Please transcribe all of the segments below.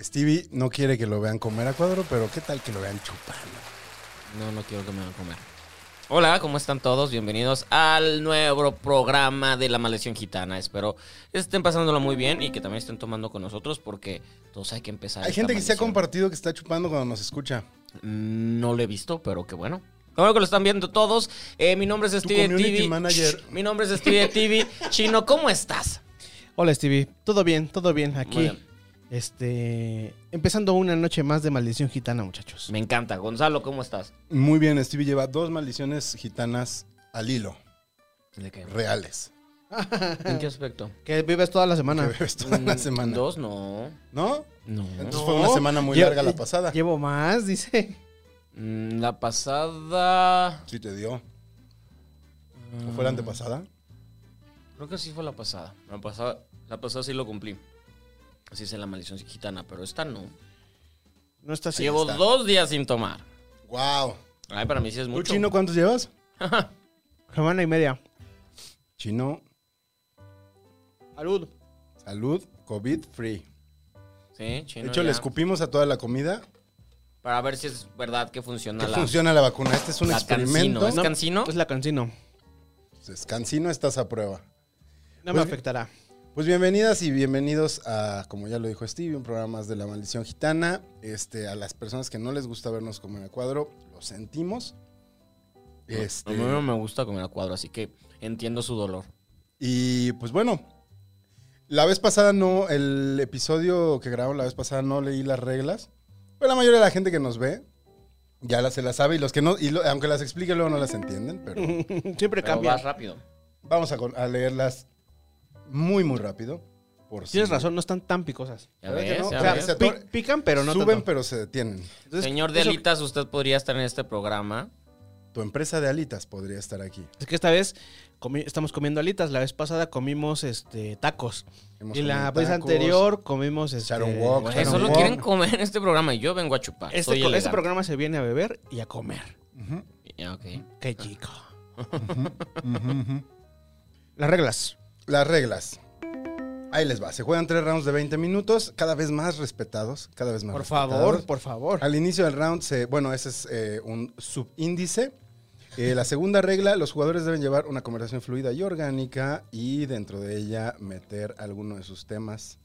Stevie no quiere que lo vean comer a cuadro, pero ¿qué tal que lo vean chupando? No, no quiero que me van a comer. Hola, ¿cómo están todos? Bienvenidos al nuevo programa de La Maldición Gitana. Espero estén pasándola muy bien y que también estén tomando con nosotros porque todos hay que empezar. Hay esta gente que se ha maldición. Mm, compartido que está chupando cuando nos escucha. No lo he visto, pero qué bueno. Qué bueno que lo están viendo todos. Eh, mi nombre es Stevie de community TV. manager. Mi nombre es Stevie de TV. Chino, ¿cómo estás? Hola Stevie, todo bien, todo bien aquí. Muy bien. Este, empezando una noche más de maldición gitana, muchachos. Me encanta. Gonzalo, ¿cómo estás? Muy bien, Stevie lleva dos maldiciones gitanas al hilo, ¿De qué? reales. ¿En qué aspecto? Que vives toda la Que semana. bebes toda la semana. Mm, Dos, no. ¿No? No. Entonces fue una semana muy Lle- larga la pasada. Llevo más, dice. Mm, La pasada. Sí te dio. ¿O fue la antepasada? Creo que sí fue la pasada. La pasada, la pasada sí lo cumplí. Así es en la maldición gitana, pero esta no. No está así. Llevo está. dos días sin tomar. ¡Wow! Ay, para mí sí es ¿Tú, mucho. Chino, cuántos llevas? Semana y media. Chino, Salud. salud, COVID free. Sí, chino. De hecho, ya. le escupimos a toda la comida Para ver si es verdad que funciona que la. funciona la vacuna. Este es un la experimento. Pues, Cancino, ¿Es Cancino? Es la cancino. Entonces, Cancino, estás a prueba. No me Pues- afectará. Pues bienvenidas y bienvenidos a, como ya lo dijo Steve, un programa más de La Maldición Gitana. Este, a las personas que no les gusta vernos comer a cuadro, lo sentimos. A Este, mí no me gusta comer a cuadro, así que entiendo su dolor. y pues bueno, la vez pasada no, el episodio que grabamos la vez pasada no leí las reglas. Pero la mayoría de la gente que nos ve ya las se las sabe y los que no, y lo- aunque las explique luego no las entienden, pero... Siempre Pero cambia. vas rápido. Vamos a, con- a leerlas muy, muy rápido. Por si- Tienes razón, no están tan picosas. Ya ¿Verdad que ves, no? ya O sea, ves. se ator- Pic- pican, pero no Suben, tanto. pero se detienen. Entonces, Señor eso- Delitas, usted podría estar en este programa. Tu empresa de alitas podría estar aquí. Es que esta vez comi- estamos comiendo alitas. La vez pasada comimos este tacos. Hemos y la comido vez tacos, anterior comimos este, Sharon Wok, bueno, Güey, Sharon solo Wok. quieren comer en este programa y yo vengo a chupar. Este, Soy co- este elegante. programa se viene a beber y a comer. Ujú, Ya, ok. Qué chico. ujú, ujú. Las reglas. Las reglas. Ahí les va. Se juegan tres rounds de 20 minutos, cada vez más respetados. Cada vez más Por respetados. favor, por favor. Al inicio del round, se, bueno, ese es eh, un subíndice. Eh, la segunda regla, los jugadores deben llevar una conversación fluida y orgánica y dentro de ella meter alguno de sus temas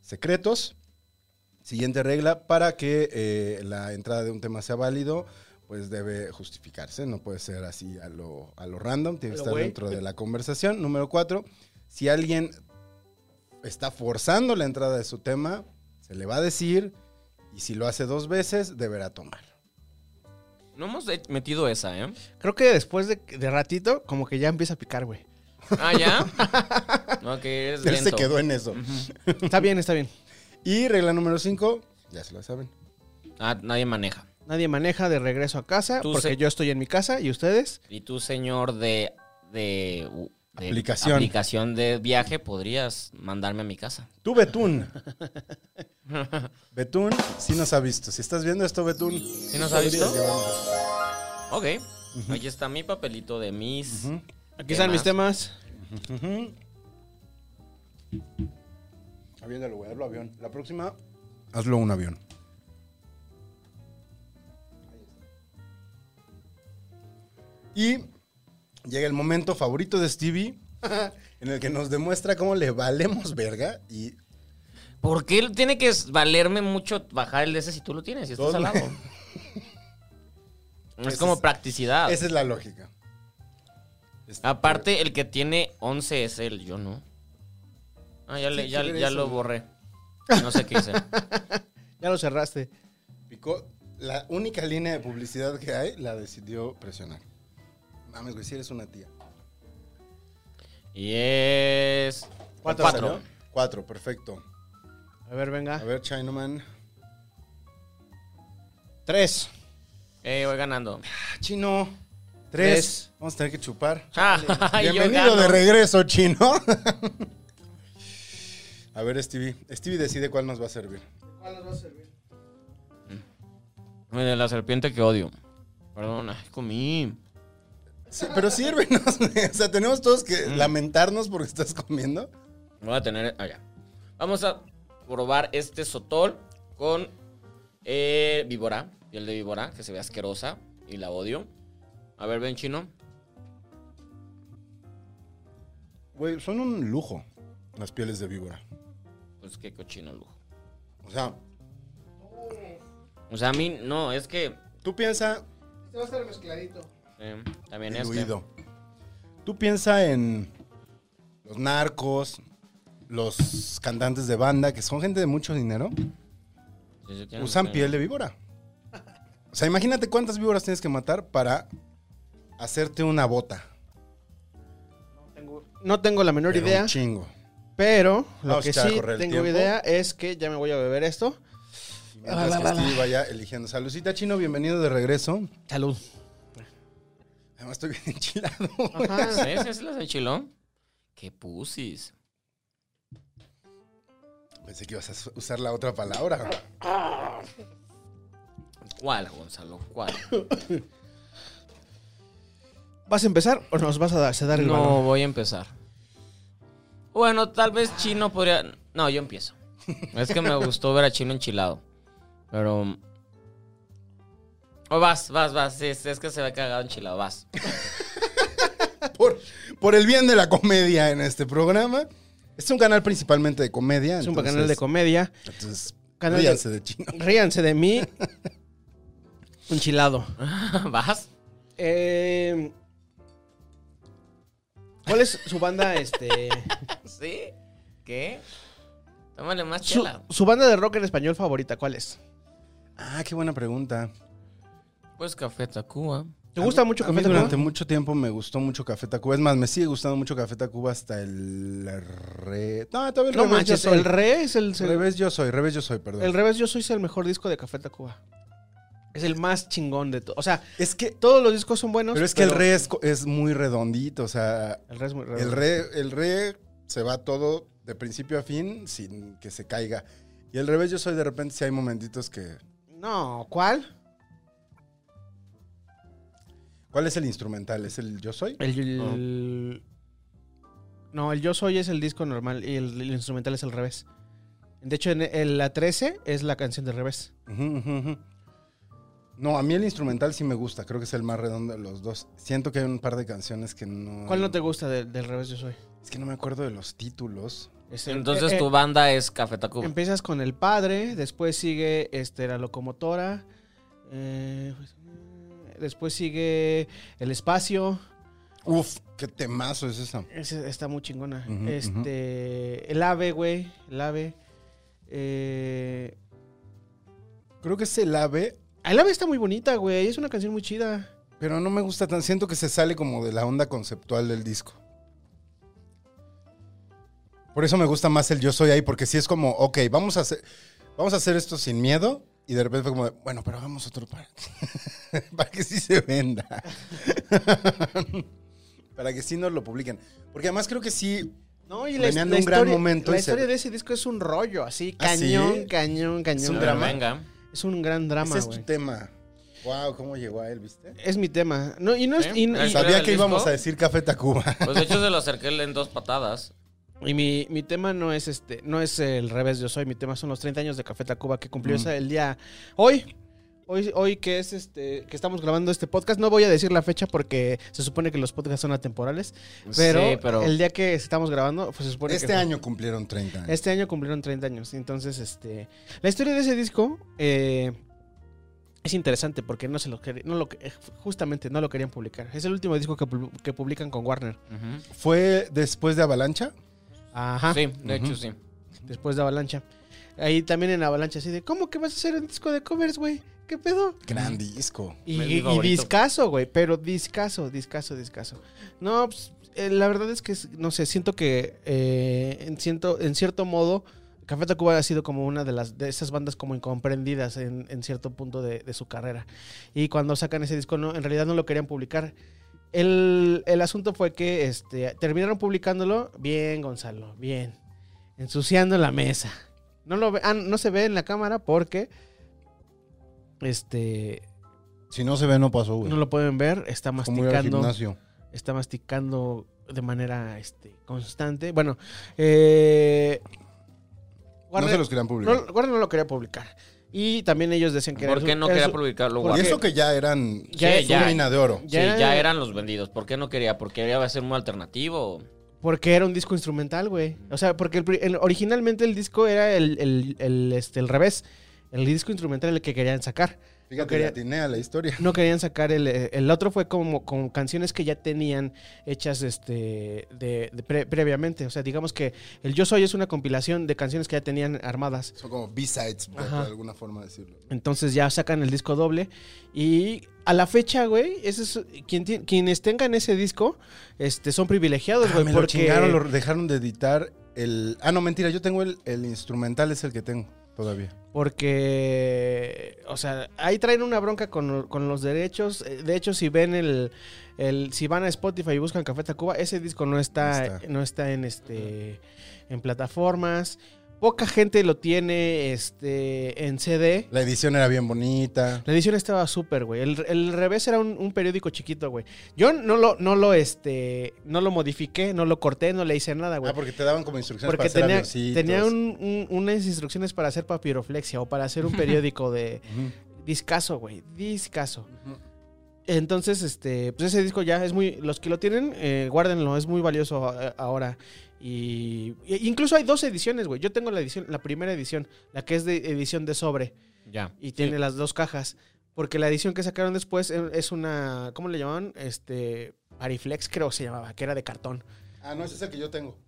secretos. Siguiente regla, para que eh, la entrada de un tema sea válido, pues debe justificarse, no puede ser así a lo, a lo random, tiene que Pero, estar güey. dentro de la conversación. Número cuatro, si alguien está forzando la entrada de su tema, se le va a decir y si lo hace dos veces, deberá tomar. No hemos de- metido esa, ¿eh? Creo que después de, de ratito, como que ya empieza a picar, güey. Ah, ¿ya? No, que eres Él lento. se quedó en eso. Está bien, está bien. Y regla número 5, ya se la saben. Ah, nadie maneja. Nadie maneja de regreso a casa Tú porque se- yo estoy en mi casa y ustedes. Y tú, señor de... de, de Aplicación. aplicación de viaje, podrías mandarme a mi casa. Tú, Betún. Betún sí nos ha visto. Si estás viendo esto, Betún. ¿Sí nos ha visto? podrías llevarnos. Ok. Aquí está mi papelito de mis... Ujú. Aquí están mis temas. Ujú. Avión del lugar, hazlo avión. La próxima, hazlo un avión. Y llega el momento favorito de Stevie, en el que nos demuestra cómo le valemos verga y ¿Por qué tiene que valerme mucho bajar el de ese si tú lo tienes y estás Todo. al lado? es Ese como es- practicidad. esa es la lógica. Este, Aparte, el que tiene 11 es él, yo no. Ah, ya, le, Sí, ya, sí, ya eso. lo borré. No sé qué hice. Ya lo cerraste. picó la única línea de publicidad que hay, la decidió presionar. Mames, güey, si eres una tía. Y es. ¿Cuánto Cuatro. Ah. salió? Cuatro, perfecto. A ver, venga. A ver, Chinaman. Tres. Eh, voy ganando. Ah, chino. Tres. Tres. Vamos a tener que chupar. Ah, yo Bienvenido gano. de regreso, chino. a ver, Stevie. Stevie decide cuál nos va a servir. Mira, la serpiente que odio. Perdón, ay, comí. Sí, pero sírvenos, güey. O sea, tenemos todos que lamentarnos porque estás comiendo. Voy a tener allá. Vamos a probar este sotol con eh, víbora, piel de víbora, que se ve asquerosa y la odio. A ver, ven chino. Güey, son un lujo las pieles de víbora. Pues qué cochino lujo. O sea, O sea, a mí no, es que tú piensa Este va a estar mezcladito. eh, también es diluido. Tú piensa en los narcos, los cantantes de banda, que son gente de mucho dinero, usan piel de víbora. O sea, imagínate cuántas víboras tienes que matar para hacerte una bota. No tengo la menor Pero idea, Un chingo. pero lo Vamos a que echar a sí correr el tengo tiempo. idea es que ya me voy a beber esto. Y Mientras que Steve vaya eligiendo. Salucita Chino, bienvenido de regreso. Salud. Además estoy bien enchilado. ¿Sí? ¿Sí? ¿Sí las enchiló? Qué pusis. Pensé que ibas a su- usar la otra palabra. ¿Cuál, Gonzalo? ¿Cuál? ¿Vas a empezar o nos vas a dar, a dar el No, balón? voy a empezar. Bueno, tal vez Chino podría... No, yo empiezo. Es que me gustó ver a Chino enchilado. Pero... Oh, vas, vas, vas. Sí, sí, es que se ve cagado enchilado. Vas. Por, por el bien de la comedia en este programa. Este es un canal principalmente de comedia. Es un canal de comedia. comedia. Entonces, Canal de- ríanse de chino. Ríanse de mí. Enchilado. ¿Vas? Eh, ¿Cuál es su banda, este... ¿Sí? ¿Qué? Tómale más su, chela. su banda de rock en español favorita, ¿cuál es? Ah, qué buena pregunta. Pues Café Tacuba. ¿Te gusta A mí- mucho a Café mí Tacuba? Durante mucho tiempo me gustó mucho Café Tacuba. Es más, me sigue gustando mucho Café Tacuba hasta el re... No, todavía el No revés manches, yo soy. el re es el... el- Revés yo soy, revés yo soy, perdón. El revés, yo soy el mejor disco de Café Tacuba. Es el más chingón de todo. O sea, es que... todos los discos son buenos. Pero es que el re es, co- es muy redondito, o sea, El re es muy raro. el re, el re se va todo de principio a fin sin que se caiga. Y el revés yo soy de repente si hay momentitos que No, ¿cuál? ¿Cuál es el instrumental? ¿Es el Yo Soy? El, el- No, el Yo Soy es el disco normal y el, el instrumental es el revés. De hecho, en el- la 13 es la canción del revés. Ujú, ujú, ujú. No, a mí el instrumental sí me gusta. Creo que es el más redondo de los dos. Siento que hay un par de canciones que no. ¿Cuál no te gusta de- del revés Yo Soy? Es que no me acuerdo de los títulos. Es el- Entonces eh, eh, tu banda es Café Tacuba. Empiezas con el padre, después sigue este, la locomotora, eh, pues, mm, después sigue el espacio. Uf, qué temazo es eso. Ese está muy chingona. Ujú, este. El ave, güey. El ave. Eh, Creo que es el ave, el ave está muy bonita, güey. Es una canción muy chida. pero no me gusta tan. Siento que se sale como de la onda conceptual del disco. Por eso me gusta más el Yo Soy ahí, porque sí es como, ok, vamos a hacer, vamos a hacer esto sin miedo. Y de repente fue como, de, bueno, pero hagamos otro para, para que sí se venda. para que sí nos lo publiquen. Porque además creo que sí, No, y la, Venían la de un gran historia, momento la y se- historia de ese disco es un rollo, así. ¿Ah, sí? Cañón, cañón, cañón. Es un A güey. ver, drama. Venga. Es un gran drama, ese es güey. tu tema. Wow, ¿cómo llegó a él, viste? Es mi tema. No, y no es. Sí, y- y- ahí está. Sabía del que íbamos disco? a decir Café Tacuba. Pues de hecho se lo acerqué en dos patadas. y mi, mi tema no es este. No es el revés, yo soy. Mi tema son los 30 años de Café Tacuba que cumplió Mm. esa- el día. Hoy. Hoy, hoy que es este que estamos grabando este podcast, no voy a decir la fecha porque se supone que los podcasts son atemporales. Pero, Sí, pero... el día que estamos grabando, pues se supone que Este fue- año cumplieron 30 años. Este año cumplieron 30 años. Entonces, este. La historia de ese disco eh, es interesante porque no se lo quer- no lo que- eh, justamente no lo querían publicar. Es el último disco que, pub- que publican con Warner. Ujú. ¿Fue después de Avalancha? Ajá. Sí, de Ujú. hecho sí. Después de Avalancha. Ahí también en Avalancha, así de, ¿cómo que vas a hacer un disco de covers, güey? ¿Qué pedo? Gran disco. Y, Es mi y favorito. discaso, güey, pero discaso, discaso, discaso. No, pues, eh, la verdad es que, es- no sé, siento que eh, en, ciento- en cierto modo, Café Tacuba ha sido como una de, las, de esas bandas como incomprendidas en, en cierto punto de, de su carrera. Y cuando sacan ese disco, no, en realidad no lo querían publicar. El, el asunto fue que este, terminaron publicándolo bien, Gonzalo, bien. Ensuciando la mesa. No, lo ve- ah, no se ve en la cámara porque... Este, Si no se ve, no pasó, güey. no lo pueden ver, está Como ir al masticando, gimnasio. está masticando de manera este, constante. Bueno, eh, no Warner- se los querían no- publicar. Warner no, lo quería publicar. Y también ellos decían que ¿Por era qué su- no era quería su- publicarlo, porque- y Warner? eso que ya eran Ya- ya, ya- mina de oro. Sí, ya- ya eran los vendidos. ¿Por qué no quería? Porque iba a ser un alternativo. Porque era un disco instrumental, güey. O sea, porque el pri- el- originalmente el disco era el, el- el, este, el revés. El disco instrumental era el que querían sacar. Fíjate, quería- la atinea la historia. No querían sacar el, eh, el otro fue como con canciones que ya tenían hechas este de, de pre- previamente, o sea, digamos que el Yo soy es una compilación de canciones que ya tenían armadas. Son como B-sides, por, Ajá. por alguna forma decirlo. Entonces ya sacan el disco doble y a la fecha, güey, ese es quien tie- quienes tengan ese disco este son privilegiados, Ah, güey, me lo porque chingaron, lo dejaron de editar el... Ah, no, mentira, yo tengo el, el instrumental, es el que tengo todavía. Porque, o sea, ahí traen una bronca con, con los derechos. Eh, De hecho, si ven el, el- si van a Spotify y buscan Café Tacuba, ese disco no está, No está. no está en este, en plataformas. Poca gente lo tiene, este, en CD. La edición era bien bonita. La edición estaba súper, güey. El, el revés era un, un periódico chiquito, güey. Yo no lo, no lo, este, no lo modifiqué, no lo corté, no le hice nada, güey. Ah, porque te daban como instrucciones para Porque hacer tenía, avioncitos. tenía un- un- unas instrucciones para hacer papiroflexia o para hacer un periódico de Ujú. discaso, güey, discaso. Ujú. Entonces, este, pues ese disco ya es muy, los que lo tienen, eh, guárdenlo, es muy valioso eh, ahora. Y, e- incluso hay dos ediciones, güey. Yo tengo la edición, la primera edición, la que es de edición de sobre Ya. y tiene las dos cajas, porque la edición que sacaron después eh, es una, ¿cómo le llamaban? Este, Pariflex creo se llamaba, que era de cartón. Ah, no, ese es el que yo tengo.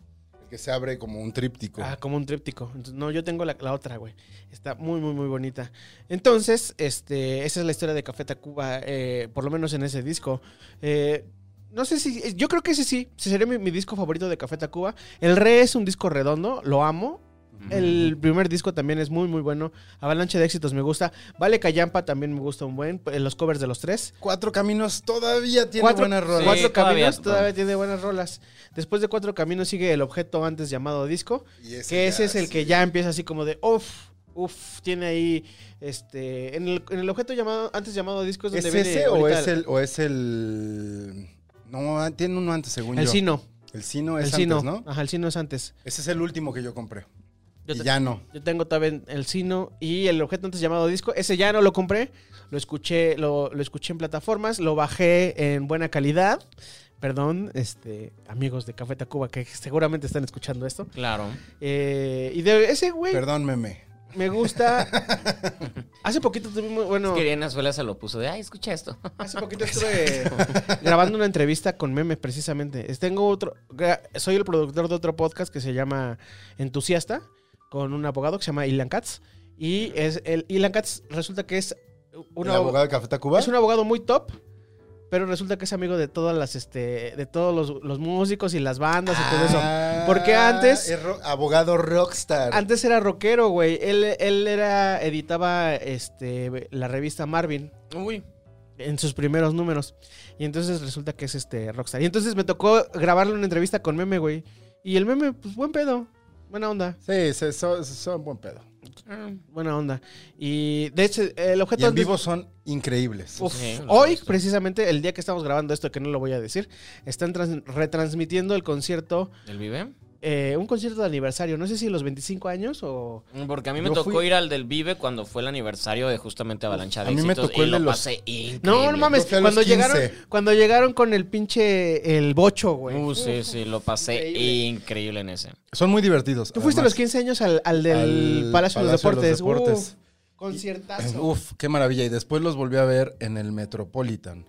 El que se abre como un tríptico. Ah, como un tríptico. Entonces, no, yo tengo la, la otra, güey. Está muy, muy, muy bonita. Entonces, este, esa es la historia de Café Tacuba, eh, por lo menos en ese disco. Eh, no sé si, eh, yo creo que ese sí, ese sería mi, mi disco favorito de Café Tacuba. El Re es un disco redondo, lo amo. El primer disco también es muy, muy bueno. Avalanche de éxitos me gusta. Vale Cayampa también me gusta un buen. eh, Los covers de los tres. Cuatro Caminos todavía tiene Cuatro- buenas rolas. Cuatro Sí, todavía- Caminos todavía tiene buenas rolas. Después de Cuatro Caminos sigue el objeto antes llamado disco. Y Que ese ya es el sí. que ya empieza así como de uff, uff, tiene ahí este. En el, en el objeto llamado, antes llamado disco es ¿Es donde viene ese o ahorita es, el, o es el... No, ah, tiene uno antes, según el yo. sino. El sino El es sino. antes, ¿no? Ajá, el sino es antes. Ese es el último que yo compré. Yo y te- ya no. Yo tengo también el sino y el objeto antes llamado disco. Ese ya no lo compré. Lo escuché, lo, lo escuché en plataformas, lo bajé en buena calidad. Perdón, este, amigos de Café Tacuba que seguramente están escuchando esto. Claro. Eh, y de ese güey Perdón, meme. me gusta. Hace poquito tuvimos, bueno. Es que Irene Azuela se lo puso de, ay, escucha esto. Hace poquito estuve grabando una entrevista con memes, precisamente. Es- Tengo otro. gra- Soy el productor de otro podcast que se llama Entusiasta, con un abogado que se llama Ilan Katz. Y es el Ilan Katz resulta que es un ¿El abogado, abogado de Café Tacuba? es un abogado muy top. Pero resulta que es amigo de todas las, este, de todos los, los músicos y las bandas y todo eso. Ah, Porque antes- es ro- abogado rockstar. Antes era rockero, güey. Él, él era, editaba este, la revista Marvin. Uy. en sus primeros números. Y entonces resulta que es este Rockstar. Y entonces me tocó grabarle una entrevista con Meme, güey. Y el Meme, pues buen pedo. Buena onda, Sí, sí, son, son buen pedo. buena onda. Y de hecho, el objeto Y en antes- vivo son increíbles. Uf, Sí, los he hoy, visto. precisamente, el día que estamos grabando esto, que no lo voy a decir, están trans- retransmitiendo el concierto, ¿El Vive? eh, un concierto de aniversario. No sé si los 25 años o... Porque a mí me Yo tocó fui- ir al del Vive cuando fue el aniversario de justamente Avalancha de a mí me Éxitos, tocó y el de lo los- pasé increíble. No, no mames, Yo fui a los cuando 15. llegaron, cuando llegaron con el pinche, el bocho, güey. Uh, sí, sí, lo pasé Increíble. increíble, en ese. Son muy divertidos. Tú fuiste a además. los 15 años al, al del Al Palacio, Palacio de los Deportes. Deportes. Uf, Eh, conciertazo. Uf, qué maravilla. Y después los volví a ver en el Metropolitan.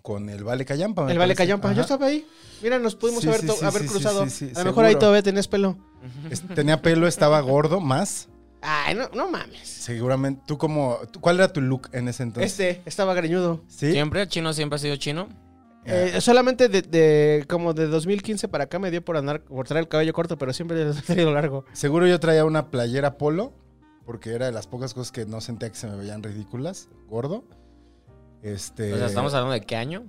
Con el Vale Cayampa. me el Vale parece. Cayampa, Ajá. yo estaba ahí. Mira, nos pudimos Sí, haber, sí, to- sí, haber sí, cruzado. sí, sí, sí, a lo mejor ahí seguro. todavía tenías pelo. Es- Tenía pelo, estaba gordo, más. Ay, no, no mames. Seguramente, tú como, tú- ¿cuál era tu look en ese entonces? Este estaba greñudo. ¿Sí? Siempre, el chino siempre ha sido chino. Eh, solamente de, de- como de 2015 para acá me dio por andar por traer el cabello corto, pero siempre lo he traído largo. Seguro yo traía una playera polo, porque era de las pocas cosas que no sentía que se me veían ridículas, gordo. Este, O sea, estamos hablando de qué año.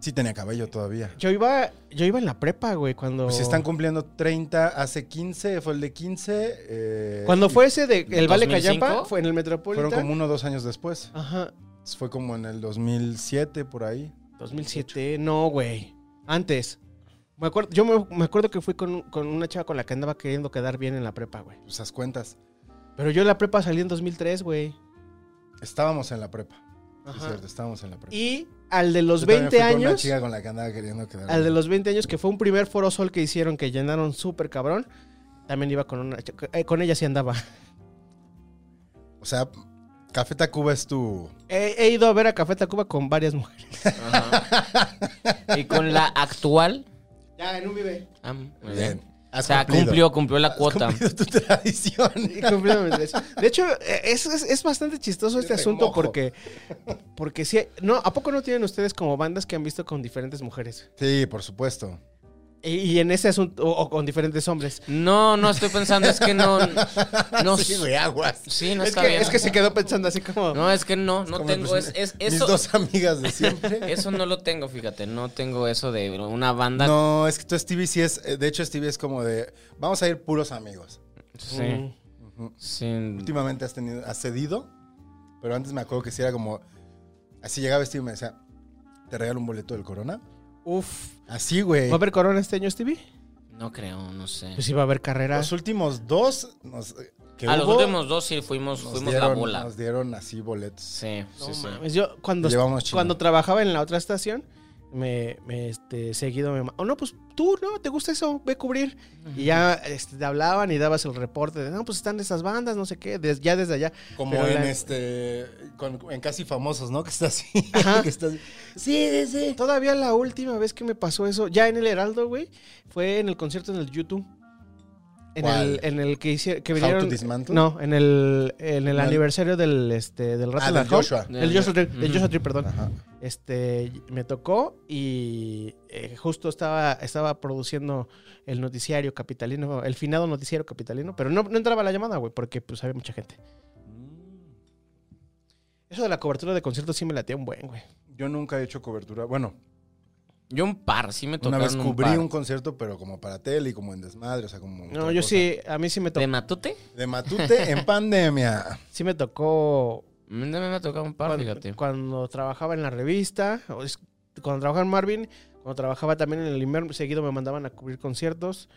Sí tenía cabello todavía. Yo iba yo iba en la prepa, güey, cuando Pues si están cumpliendo 30, hace 15, fue el de 15. eh, cuando y fue ese de el Vale 2005? Cayampa fue en el Fueron Metropolitan. como uno o dos años después. Ajá, Fue como en el 2007, por ahí. 2007, no, güey. Antes. Me acuerdo, yo me, me acuerdo que fui con, con una chava con la que andaba queriendo quedar bien en la prepa, güey. Pues haz cuentas. Pero yo en la prepa salí en 2003, güey. Estábamos en la prepa. Sí, Ajá. Es cierto, estábamos en la prepa. Y al de los Yo también 20 fui Con una años, chica con la que andaba queriendo quedar. al de los 20 años, que fue un primer foro sol que hicieron, que llenaron súper cabrón, también iba con una... ch- eh, con ella sí andaba. O sea, Café Tacuba es tu. He, he ido a ver a Café Tacuba con varias mujeres. Y con la actual. Ya, en un vive. Ah, muy Bien. bien. O Has sea, cumplido. cumplió, cumplió la cuota. Has cumplido tu tradición. Y cumpliendo mis derechos. De hecho, eh, es, es- es bastante chistoso este Yo te asunto mojo. porque... Porque sí... hay- No, ¿a poco no tienen ustedes como bandas que han visto con diferentes mujeres? Sí, por supuesto. Y, y en ese asunto... O, o con diferentes hombres. No, no estoy pensando, es que no. No, Sí, güey, aguas. sí, no es, está que, bien. es que se quedó pensando así como... No, es que no, no Como, tengo. pues, es, es- Mis eso, dos amigas de siempre. eso no lo tengo, fíjate. No tengo eso de una banda. No, es que tú, Stevie, sí es. eh, De hecho, Stevie es como de. Vamos a ir puros amigos. mm, Sí. Ujú. sí. Últimamente has, tenido, has cedido, pero antes me acuerdo que sí era como. Así llegaba Stevie y me decía, ¿te regalo un boleto del Corona? Uf. Así, güey. ¿Va a haber corona este año, Stevie? No creo, no sé. Pues sí, va a haber carreras. Los últimos dos nos, que A los hubo, últimos dos sí fuimos, nos fuimos dieron- la bola. Nos dieron así boletos. Sí, sí, No sí. mames, Yo cuando, Llevamos chido. cuando trabajaba en la otra estación, me, me, este, seguido me... ma- Oh, no, pues tú, ¿no? ¿Te gusta eso? Ve a cubrir. Y ya este, te hablaban y dabas el reporte de, no, pues están esas bandas, no sé qué, des- ya desde allá. Como Pero en la- este. con- en casi famosos, ¿no? Que está así. Ajá. que está así. Sí, sí, sí. Todavía la última vez que me pasó eso, ya en el Heraldo, güey, fue en el concierto en el YouTube. En el, ¿Cuál? en el que hicieron que How vinieron to Dismantle? no en el en el No, el- aniversario del este del Ah, Rattle del and Hum. Joshua. del Joshua Tree, del Ujú. Joshua Tree, perdón Ajá. este me tocó y eh, justo estaba, estaba produciendo el noticiario capitalino, el finado noticiario capitalino, pero no, no entraba la llamada, güey, porque pues había mucha gente. Mm. Eso de la cobertura de conciertos sí me latía un buen, güey. Yo nunca he hecho cobertura. Bueno, Yo un par, sí me una tocaron vez un cubrí par. un, concierto, pero como para tele y como en desmadre, o sea, como. No, otra yo cosa. sí, a mí sí me ¿De tocó, Matute? De Matute en pandemia. sí me tocó A mí también me ha tocado un par, cuando, fíjate. cuando trabajaba en la revista, o es- cuando trabajaba en Marvin, cuando trabajaba también en el Imer, seguido me mandaban a cubrir conciertos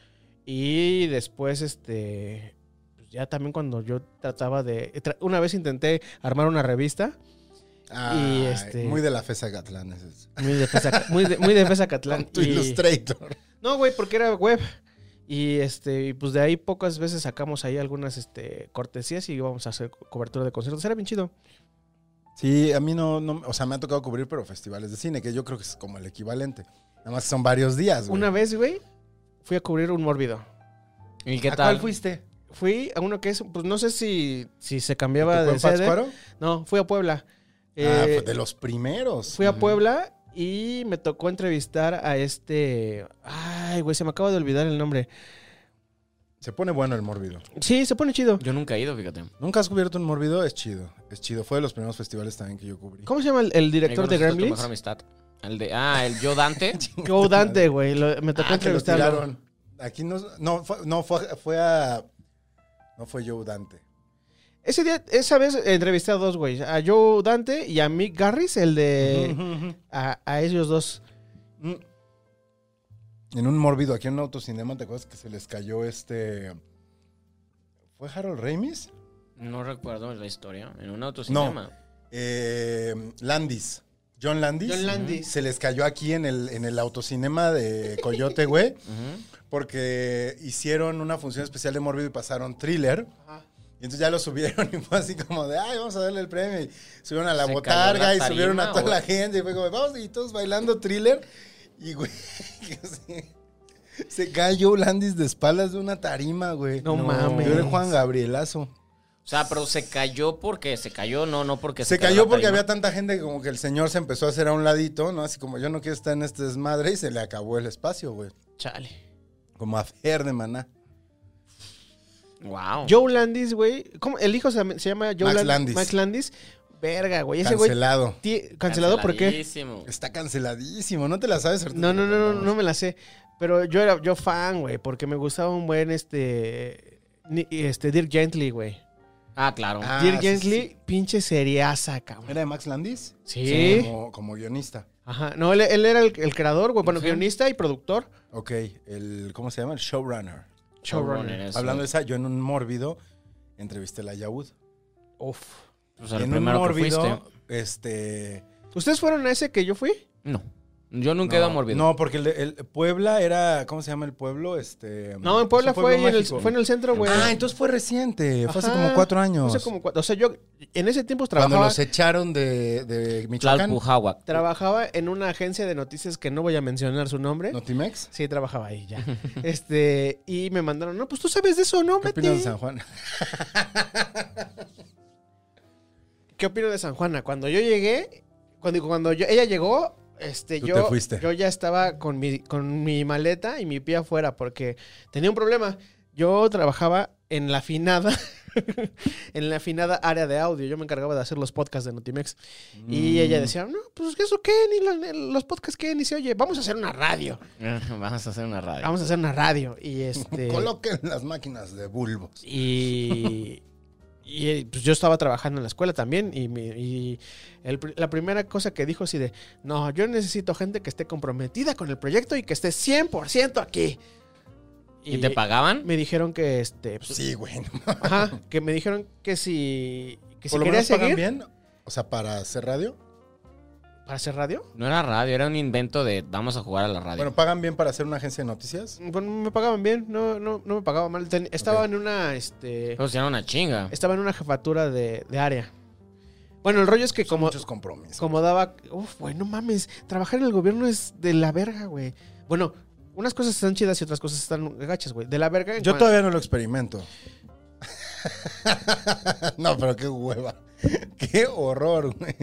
y después este pues ya también cuando yo trataba de tra- una vez intenté armar una revista Ay, este- Muy de la FESA Gatlán. ese es. muy de Fesa- muy de, muy de Fesa Catlán Con tu y- Illustrator. no güey porque era web y este y pues de ahí pocas veces sacamos ahí algunas este cortesías y íbamos a hacer co- cobertura de conciertos era bien chido Sí, a mí no, no- O sea, me ha tocado cubrir, pero festivales de cine, que yo creo que es como el equivalente. Nada más son varios días, güey. una vez güey fui a cubrir un mórbido ¿Y qué ¿A tal? cuál fuiste? Fui a uno que es, pues no sé si, si se ¿Te cambiaba tocó de en sede. Pátzcuaro? No, fui a Puebla. ah, Eh, fue de los primeros. Fui a Ujú. Puebla y me tocó entrevistar a este... Ay, güey, se me acaba de olvidar el nombre. Se pone bueno el mórbido. Sí, se pone chido. Yo nunca he ido, fíjate. ¿Nunca has cubierto un mórbido? Es chido. Es chido. Fue de los primeros festivales también que yo cubrí. ¿Cómo se llama el, el director Ahí de conociste a tu mejor Gremlins? amistad. El de, ah, el yo Dante. Joe Dante, güey. lo- me Ah, tocó que lo entrevistarlo. tiraron. Aquí no... No, fue, no fue, fue a... No fue Joe Dante. Ese día, esa vez entrevisté a dos, güey. A Joe Dante y a Mick Garris, el de... a, a ellos dos. Mm. En un mórbido, aquí en un autocinema, ¿te acuerdas que se les cayó este. ¿Fue Harold Ramis? No recuerdo la historia. En un autocinema. Eh, Landis. John Landis. John Landis. Se les cayó aquí en el, en el autocinema de Coyote, güey, Ujú. porque hicieron una función especial de mórbido y pasaron thriller. Y entonces ya lo subieron y fue así como de, ay, vamos a darle el premio. Y subieron a la ¿Se cayó botarga la y subieron a tarima toda o- la gente. Y fue como, vamos, y todos bailando thriller. Y güey, que así- Se cayó Landis de espaldas de una tarima, güey. No mames. Yo era Juan Gabrielazo. O sea, pero se cayó porque se cayó, no, no porque Se cayó porque había tanto. tanta gente que como que el señor se empezó a hacer a un ladito, ¿no? Así como yo no quiero estar en este desmadre y se le acabó el espacio, güey. Chale. Como a Fer de maná. Wow. Joe Landis, güey. ¿Cómo? El hijo se, se llama Joe Max Lan- Landis. Max Landis. Verga, güey. Ese güey. Cancelado. ti- Cancelado, ¿por qué? Canceladísimo. Está canceladísimo, no te la sabes, Arturo? No, no, no, no, no me la sé. Pero yo era yo fan, güey, porque me gustaba un buen este ni- este Dirk Gently, güey. Ah, claro. Ah, Dirk sí, Gently, sí. pinche seriaza, cabrón. ¿Era de Max Landis? Sí. Como, como guionista. Ajá. No, él, él era el, el creador, güey. Bueno, guionista y productor. Ok, el, ¿cómo se llama? El showrunner. Showrunner, eso. Hablando de esa, yo en un mórbido entrevisté a la Yaud. Uf. Pues el en un primero que fuiste. mórbido, este... ¿Ustedes fueron a ese que yo fui? No. Yo nunca he ido a Morbido. No, porque el, de- el Puebla era, ¿cómo se llama el pueblo? Este, No, en Puebla es un pueblo fue, en el, mágico. fue en el centro, güey. Ah, entonces fue reciente, Ah, fue hace Ajá. como cuatro años. Hace como cuatro- O sea, yo en ese tiempo Cuando trabajaba, los echaron de, de Michoacán. Tlalpujahuac. trabajaba en una agencia de noticias que no voy a mencionar su nombre. ¿Eh? ¿Notimex? Sí, trabajaba ahí ya. este, y me mandaron, no, pues tú sabes de eso, ¿no? ¿Qué Vete". opinas de San Juan? ¿Qué opino de San Juana? Cuando yo llegué, cuando, cuando yo- ella llegó, este, Tú yo, te fuiste. yo ya estaba con mi, con mi maleta y mi pie afuera porque tenía un problema. Yo trabajaba en la afinada, en la afinada área de audio. Yo me encargaba de hacer los podcasts de Notimex. Y Mm. ella decía, no, pues eso qué, ni la- los podcasts qué, ni se oye. Vamos a hacer una radio. Vamos a hacer una radio. Vamos a hacer una radio. Y este... Coloquen las máquinas de bulbos. Y, y, eh, pues yo estaba trabajando en la escuela también y, mi- y el pri- la primera cosa que dijo así de, no, yo necesito gente que esté comprometida con el proyecto y que esté 100% aquí. ¿Y, te pagaban? Me dijeron que, este, pues, Sí, güey. no mames. ajá, que me dijeron que si, que si Por lo quería menos pagan seguir bien. O sea, para hacer radio. para hacer radio, No era radio, era un invento de vamos a jugar a la radio. Bueno, pagan bien para hacer una agencia de noticias. bueno, me pagaban bien, no, no, no me pagaban mal. Ten- estaba Ok. en una, este, pero si era una chinga. estaba en una jefatura de, de área. Bueno, el rollo es que Son como... muchos compromisos. Como daba. Uf, güey, no mames. Trabajar en el gobierno es de la verga, güey. Bueno, unas cosas están chidas y otras cosas están gachas, güey. De la verga. en Yo cuan- todavía no lo experimento. no, pero qué hueva. Qué horror, güey.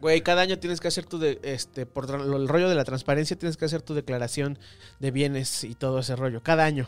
Güey, cada año tienes que hacer tu. De, este, por tra- lo- el rollo de la transparencia, tienes que hacer tu declaración de bienes y todo ese rollo. Cada año.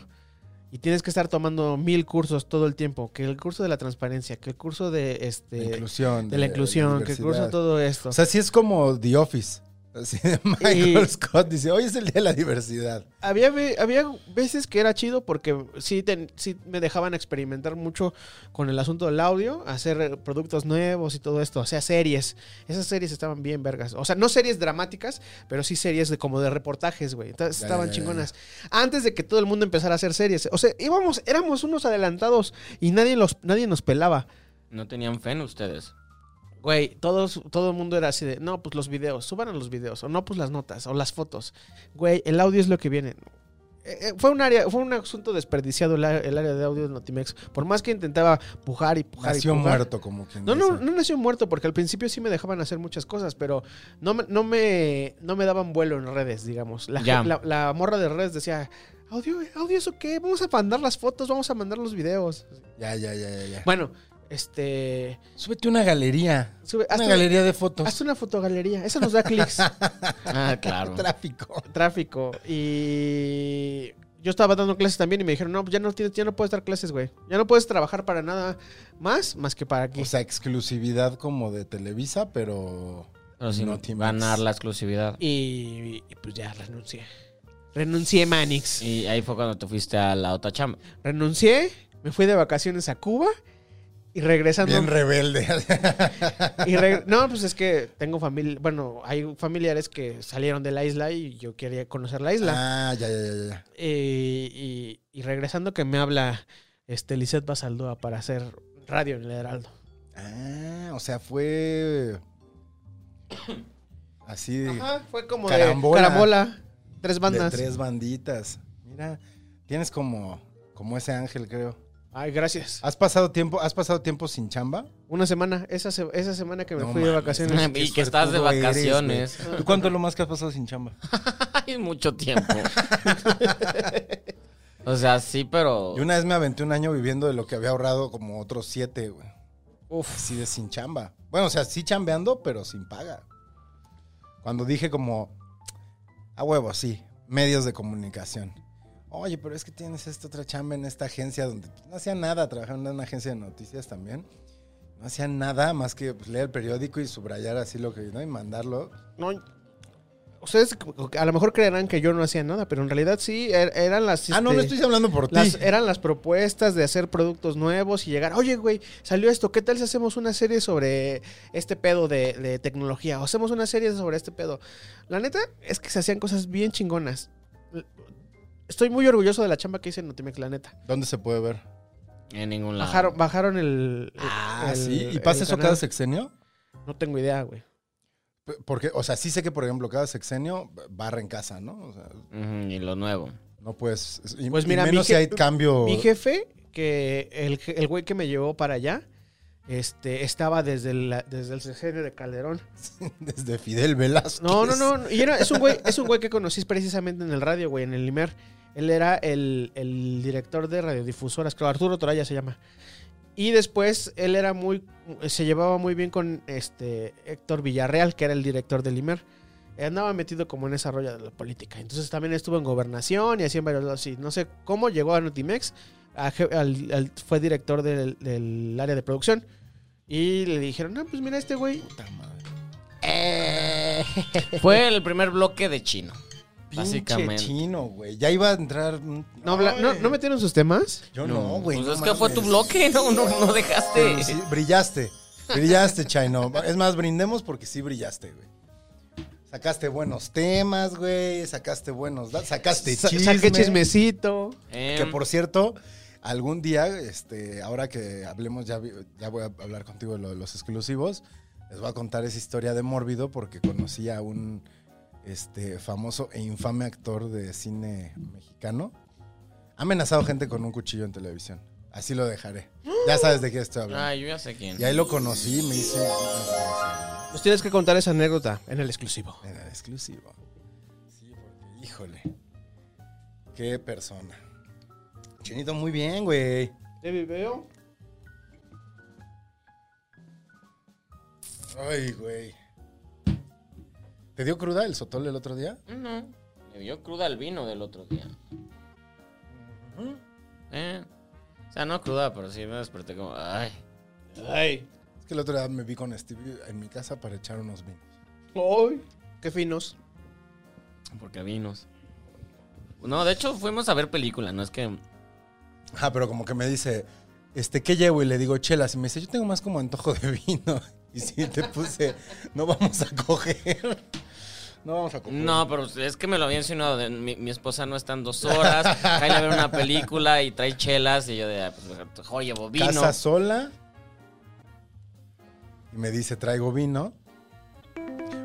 Y tienes que estar tomando mil cursos todo el tiempo. Que el curso de la transparencia, que el curso de. Este, De inclusión. de la inclusión, que el curso de diversidad. todo esto. O sea, sí es como The Office. Así de Michael Scott dice, hoy es el día de la diversidad. había, ve- había veces que era chido porque sí, ten- sí me dejaban experimentar mucho con el asunto del audio, hacer eh, productos nuevos y todo esto, o sea, series. Esas series estaban bien vergas. O sea, no series dramáticas, pero sí series de como de reportajes, güey. Entonces, Ya, estaban ya, ya, chingonas. Antes de que todo el mundo empezara a hacer series. O sea, íbamos, éramos unos adelantados y nadie, los, nadie nos pelaba. No tenían fe en ustedes. Güey, todos, todo el mundo era así de, no, pues los videos, suban a los videos, o no, pues las notas, o las fotos. Güey, el audio es lo que viene. Eh, eh, fue un área, fue un asunto desperdiciado el, a- el área de audio de Notimex. Por más que intentaba pujar y pujar y Nació pujar. muerto, como quien No, dice. no, no nació muerto, porque al principio sí me dejaban hacer muchas cosas, pero no me, no me, no me daban vuelo en redes, digamos. La, Ya. la- la morra de redes decía, audio, audio, ¿eso qué? Vamos a mandar las fotos, vamos a mandar los videos. Ya, ya, ya, ya. ya. Bueno, este... Súbete una galería. sube- una hazte- galería de fotos. Haz una fotogalería, esa nos da clics, Ah, claro. Tráfico. tráfico. Y yo estaba dando clases también y me dijeron, no, pues ya no tienes, ya no puedes dar clases, güey. Ya no puedes trabajar para nada más, más que para aquí. O sea, exclusividad como de Televisa, pero... Pero sin Notimex. ganar la exclusividad. y, y pues ya renuncié. Renuncié, Manix. Y ahí fue cuando te fuiste a la otra chamba. Renuncié, me fui de vacaciones a Cuba y regresando. Bien rebelde. y reg- no, pues es que tengo familia, bueno, hay familiares que salieron de la isla y yo quería conocer la isla. ah, ya, ya, ya, ya. Eh, y, y regresando que me habla este Lisette Basaldoa para hacer radio en el Heraldo. Ah, o sea, fue... Así de... Ajá, fue como Carambola. de carambola, tres bandas. De tres banditas. Mira, tienes como, como ese ángel, creo. Ay, gracias. ¿Has pasado tiempo, has pasado tiempo sin chamba? Una semana, esa, se- esa semana que me No fui de mames. vacaciones. Y que estás de suertudo eres, vacaciones. güey. ¿Tú cuánto es lo más que has pasado sin chamba? Ay, mucho tiempo. O sea, sí, pero. Yo una vez me aventé un año viviendo de lo que había ahorrado como otros siete, güey. Uf. Así de sin chamba. Bueno, o sea, sí chambeando, pero sin paga. Cuando dije como, a huevo, sí, medios de comunicación. Oye, pero es que tienes esta otra chamba en esta agencia donde pues, no hacía nada, trabajaba en una agencia de noticias también. No hacía nada más que pues, leer el periódico y subrayar así lo que, ¿no? Y mandarlo. No, ustedes a lo mejor creerán que yo no hacía nada, pero en realidad sí, er- eran las... ah, no, no este, estoy hablando por ti. las, eran las propuestas de hacer productos nuevos y llegar, oye, güey, salió esto, ¿qué tal si hacemos una serie sobre este pedo de, de tecnología? O hacemos una serie sobre este pedo. La neta es que se hacían cosas bien chingonas. Estoy muy orgulloso de la chamba que hice en Notimex, la neta. ¿Dónde se puede ver? En ningún lado. Bajaron, bajaron el. Ah, el- sí. ¿Y el pasa eso canal. cada sexenio? No tengo idea, güey. P- Porque, o sea, sí sé que, por ejemplo, cada sexenio barra en casa, ¿no? O sea, Ujú, y lo nuevo. no puedes. y- Pues y mira, mi menos si je- hay cambio. Mi jefe, que el, je- el güey que me llevó para allá, este, estaba desde, la- desde el sexenio de Calderón. Desde Fidel Velasco. No, no, no. Y era- es, un güey, es un güey que conocí precisamente en el radio, güey, en el Limer. Él era el, el director de radiodifusoras, creo, Arturo Toraya se llama. Y después él era muy. Se llevaba muy bien con este Héctor Villarreal, que era el director del Limer. Andaba metido como en esa rolla de la política. Entonces también estuvo en gobernación y así en varios lados. Y no sé cómo llegó a Notimex. a je- al- al- fue director del, del área de producción. Y le dijeron, no, pues mira, este güey Fue el primer bloque de chino. Pinche Básicamente. chino, güey. Ya iba a entrar. un- No, habla- Ay, no, ¿No metieron sus temas? Yo no, güey. Pues no es que fue mames. tu bloque, no, no, no dejaste. Pero sí, brillaste. Brillaste, Chino. Es más, brindemos porque sí brillaste, güey. Sacaste buenos temas, güey. Sacaste buenos. da- Sacaste Sa- chisme. Saqué chismecito. Em, Que por cierto, algún día, este, ahora que hablemos, ya, vi- ya voy a hablar contigo de lo de los exclusivos. Les voy a contar esa historia de Mórbido porque conocí a un este, famoso e infame actor de cine mexicano. Ha amenazado gente con un cuchillo en televisión. Así lo dejaré. Ya sabes de qué estoy hablando. Ah, yo ya sé quién. Y ahí lo conocí y me hizo. Nos tienes que contar esa anécdota en el exclusivo. En el exclusivo. Sí, porque, híjole. Qué persona. Chinito, muy bien, güey. ¿Te veo? Ay, güey. ¿Te dio cruda el sotol el otro día? Ah, No. Me vio cruda el vino del otro día. Eh, O sea, no cruda, pero sí me desperté como. Ay. Ay. Es que el otro día me vi con Stevie en mi casa para echar unos vinos. Ay. Qué finos. Porque vinos. No, de hecho fuimos a ver película, no es que. Ah, pero como que me dice, este, ¿qué llevo? Y le digo, chelas. Y me dice, yo tengo más como antojo de vino. Y sí, te puse, no vamos a coger. No vamos a coger. No, pero es que me lo había insinuado. de- Mi, mi esposa no está en dos horas. Cae a ver una película y trae chelas. Y yo de, ah, pues, joder, llevo vino. Casa sola. Y me dice, traigo vino.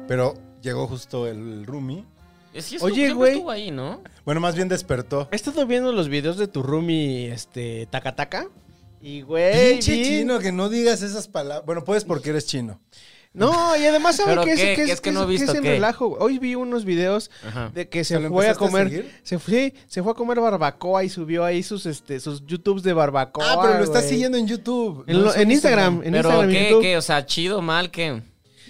Pero llegó justo el roomie. Es que Oye, Oye, güey. güey. estuvo ahí, ¿no? Bueno, más bien despertó. He estado viendo los videos de tu roomie, este, Takataka. Y güey. Pinche bien- chino, que no digas esas palabras. Bueno, puedes porque eres chino. No, y además sabe ¿Pero que, es- qué? que ¿Qué es, es que no he visto es en qué? relajo. güey. Hoy vi unos videos Ajá. de que ¿Te se lo fue a empezaste a comer. seguir? se fue, sí, se fue a comer barbacoa y subió ahí sus este sus YouTubes de barbacoa. Ah, pero lo estás güey. siguiendo en YouTube. En, no lo- es un en Instagram, en Pero Instagram y qué, YouTube. qué, o sea, chido, mal, qué.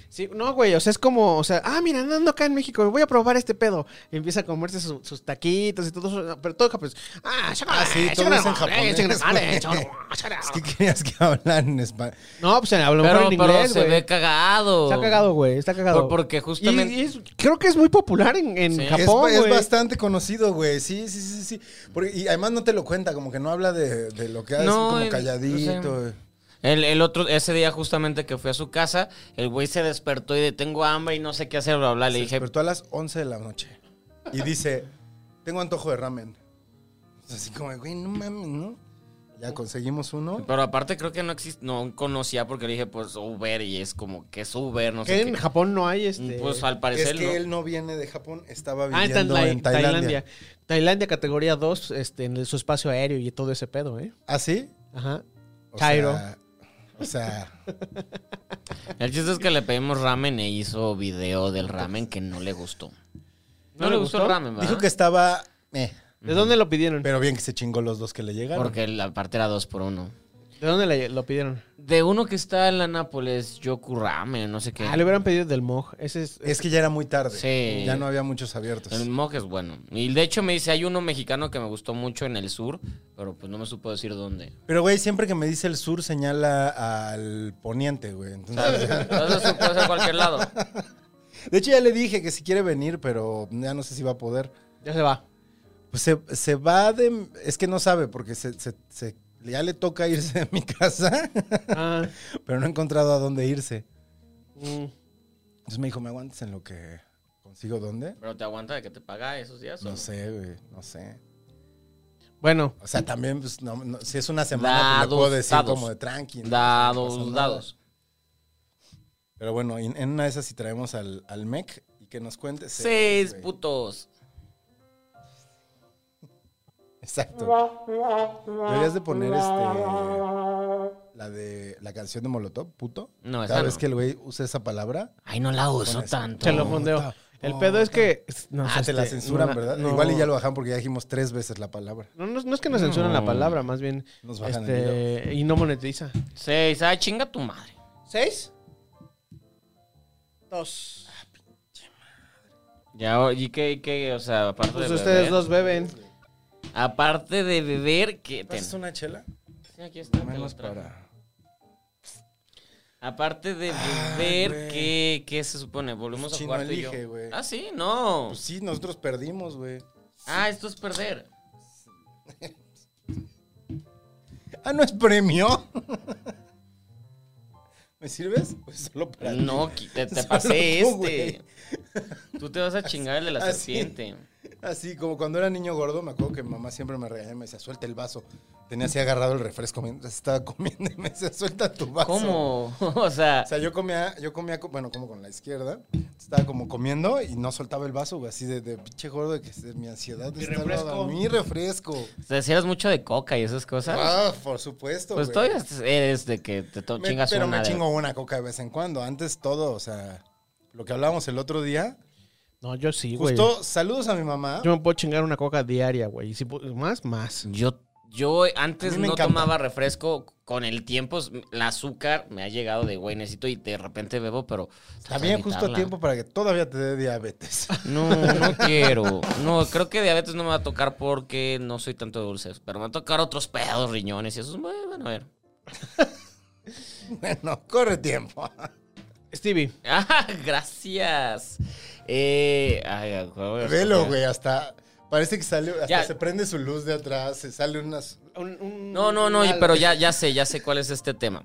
Sí, no, güey, o sea, es como, o sea, ah, mira, andando acá en México, voy a probar este pedo. Y empieza a comerse su- sus taquitos y todo eso, pero todo japonés. Ah, Ah, sí, todo es en japonés, güey. Es que querías que hablaran en español. No, pues a lo mejor Pero, en pero inglés, se güey. ve cagado. Está cagado, güey, está cagado. Por- porque justamente- Y- y es- creo que es muy popular en, en Sí. Es, Japón, es güey. bastante conocido, güey. Sí, sí, sí, sí. Porque- y además no te lo cuenta, como que no habla de, de lo que hace, No, como el- calladito. o sea, güey. El, el otro, ese día justamente que fui a su casa, el güey se despertó y de tengo hambre y no sé qué hacer, bla, bla. Le Se dije, despertó a las 11 de la noche. Y dice, tengo antojo de ramen. Es así como, güey, no mames, ¿no? Ya conseguimos uno. pero aparte creo que no existe, no conocía porque le dije, pues Uber y es como que es Uber, no sé Que en qué. Japón no hay este. Pues al Es parecer, que ¿no? él no viene de Japón, estaba Ah, está en, viviendo la- en Tailandia. Tailandia. Tailandia categoría 2, este, en el- su espacio aéreo y todo ese pedo, ¿eh? ¿Ah, sí? Ajá. O Chairo. sea, o sea, El chiste es que le pedimos ramen e hizo video del ramen que no le gustó. No, le gustó, el ramen, ¿verdad? dijo que estaba. eh, ¿De dónde lo pidieron? Pero bien que se chingó los dos que le llegaron. Porque la parte era dos por uno. ¿De dónde la- lo pidieron? De uno que está en la Nápoles, Yoku Ramen, no sé qué. Ah, le hubieran pedido del Moj. Ese es. Es que ya era muy tarde. Sí. Ya no había muchos abiertos. El mock es bueno. Y de hecho me dice, hay uno mexicano que me gustó mucho en el sur, pero pues no me supo decir dónde. Pero, güey, siempre que me dice el sur señala al poniente, güey. Entonces, ¿Sabes? Entonces puede ser cualquier lado. de hecho, ya le dije que si quiere venir, pero ya no sé si va a poder. Ya se va. Pues se, se va de... Es que no sabe, porque se, se- se- ya le toca irse de mi casa, Ah, pero no ha encontrado a dónde irse. mm. Entonces me dijo, ¿me aguantas en lo que consigo dónde? Pero te aguanta de que te paga esos días. o No sé, güey, no sé. Bueno, O sea, también, pues, no- no- si es una semana, pues, le Dados, puedo decir dados. como de tranqui. ¿no? No pasa Dados, nada. dados. Pero bueno, en en una de esas si traemos al, al MEC y que nos cuente. sí, Seis güey. putos. Exacto. Deberías de poner este... La de la canción de Molotov, puto. No, esa Cada vez no. que el güey usa esa palabra, Ay, no la uso Pones- tanto. se lo fondeo. El Oh, pedo es ta- que. no, ah, te este, la censuran, no la- ¿verdad? no. Igual y ya lo bajan porque ya dijimos tres veces la palabra. No, no, no es que nos censuran la palabra, más bien. Nos bajan el video. Este, y no monetiza. Seis, ay, chinga tu madre. ¿Seis? Dos. Ya, ¿y qué, qué? O sea, aparte Pues de ustedes beber. dos beben. Aparte de beber, que ten. ¿Es una chela? Sí, aquí está, te la Menos traje. para... Aparte de Ay, beber, Ah, güey. ¿qué, ¿qué se supone? Volvemos Pues a Chino jugar tú y yo. elige, güey. Ah, sí, no. Pues sí, nosotros perdimos, güey. ah, esto es perder. Ah, ¿no es premio? ¿Me sirves? Pues solo para ti. No, qui- te, te Solo pasé tú, Ah, este. Tú te vas a chingar el de la así. serpiente. Así, como cuando era niño gordo, me acuerdo que mi mamá siempre me regañaba y me decía, suelta el vaso. Tenía así agarrado el refresco mientras estaba comiendo y me decía, suelta tu vaso. ¿Cómo? O sea, O sea, yo comía, yo comía, co- bueno, como con la izquierda. Estaba como comiendo y no soltaba el vaso, güey, así de, de pinche gordo, que es de mi ansiedad. Mi refresco. Mi refresco. te decías mucho de coca y esas cosas. Ah, por supuesto, pues güey. todavía eres de que te to- Me- chingas Pero una me de- chingo una coca de vez en cuando. Antes todo, o sea, lo que hablábamos el otro día. No, yo sí, güey. Justo, saludos a mi mamá. Yo me puedo chingar una coca diaria, güey. Y si pu- más, más. Yo, yo antes A mí me no encanta. tomaba refresco. Con el tiempo, s- el azúcar me ha llegado de güey, necesito y de repente bebo, pero. Está bien, justo a evitarla. tiempo para que todavía te dé diabetes. No, no quiero. No, creo que diabetes no me va a tocar porque no soy tanto de dulces. Pero me va a tocar otros pedos, riñones y eso. Bueno, a ver. bueno, corre tiempo. Stevie, Ah, gracias. Eh, ay, a huevo, ya Velo, sabía. güey, hasta... Parece que sale, hasta Ya. Eh, se prende su luz de atrás, se sale unas... un- un- No, no, no, y- una- pero ya, ya sé, ya sé cuál es este tema.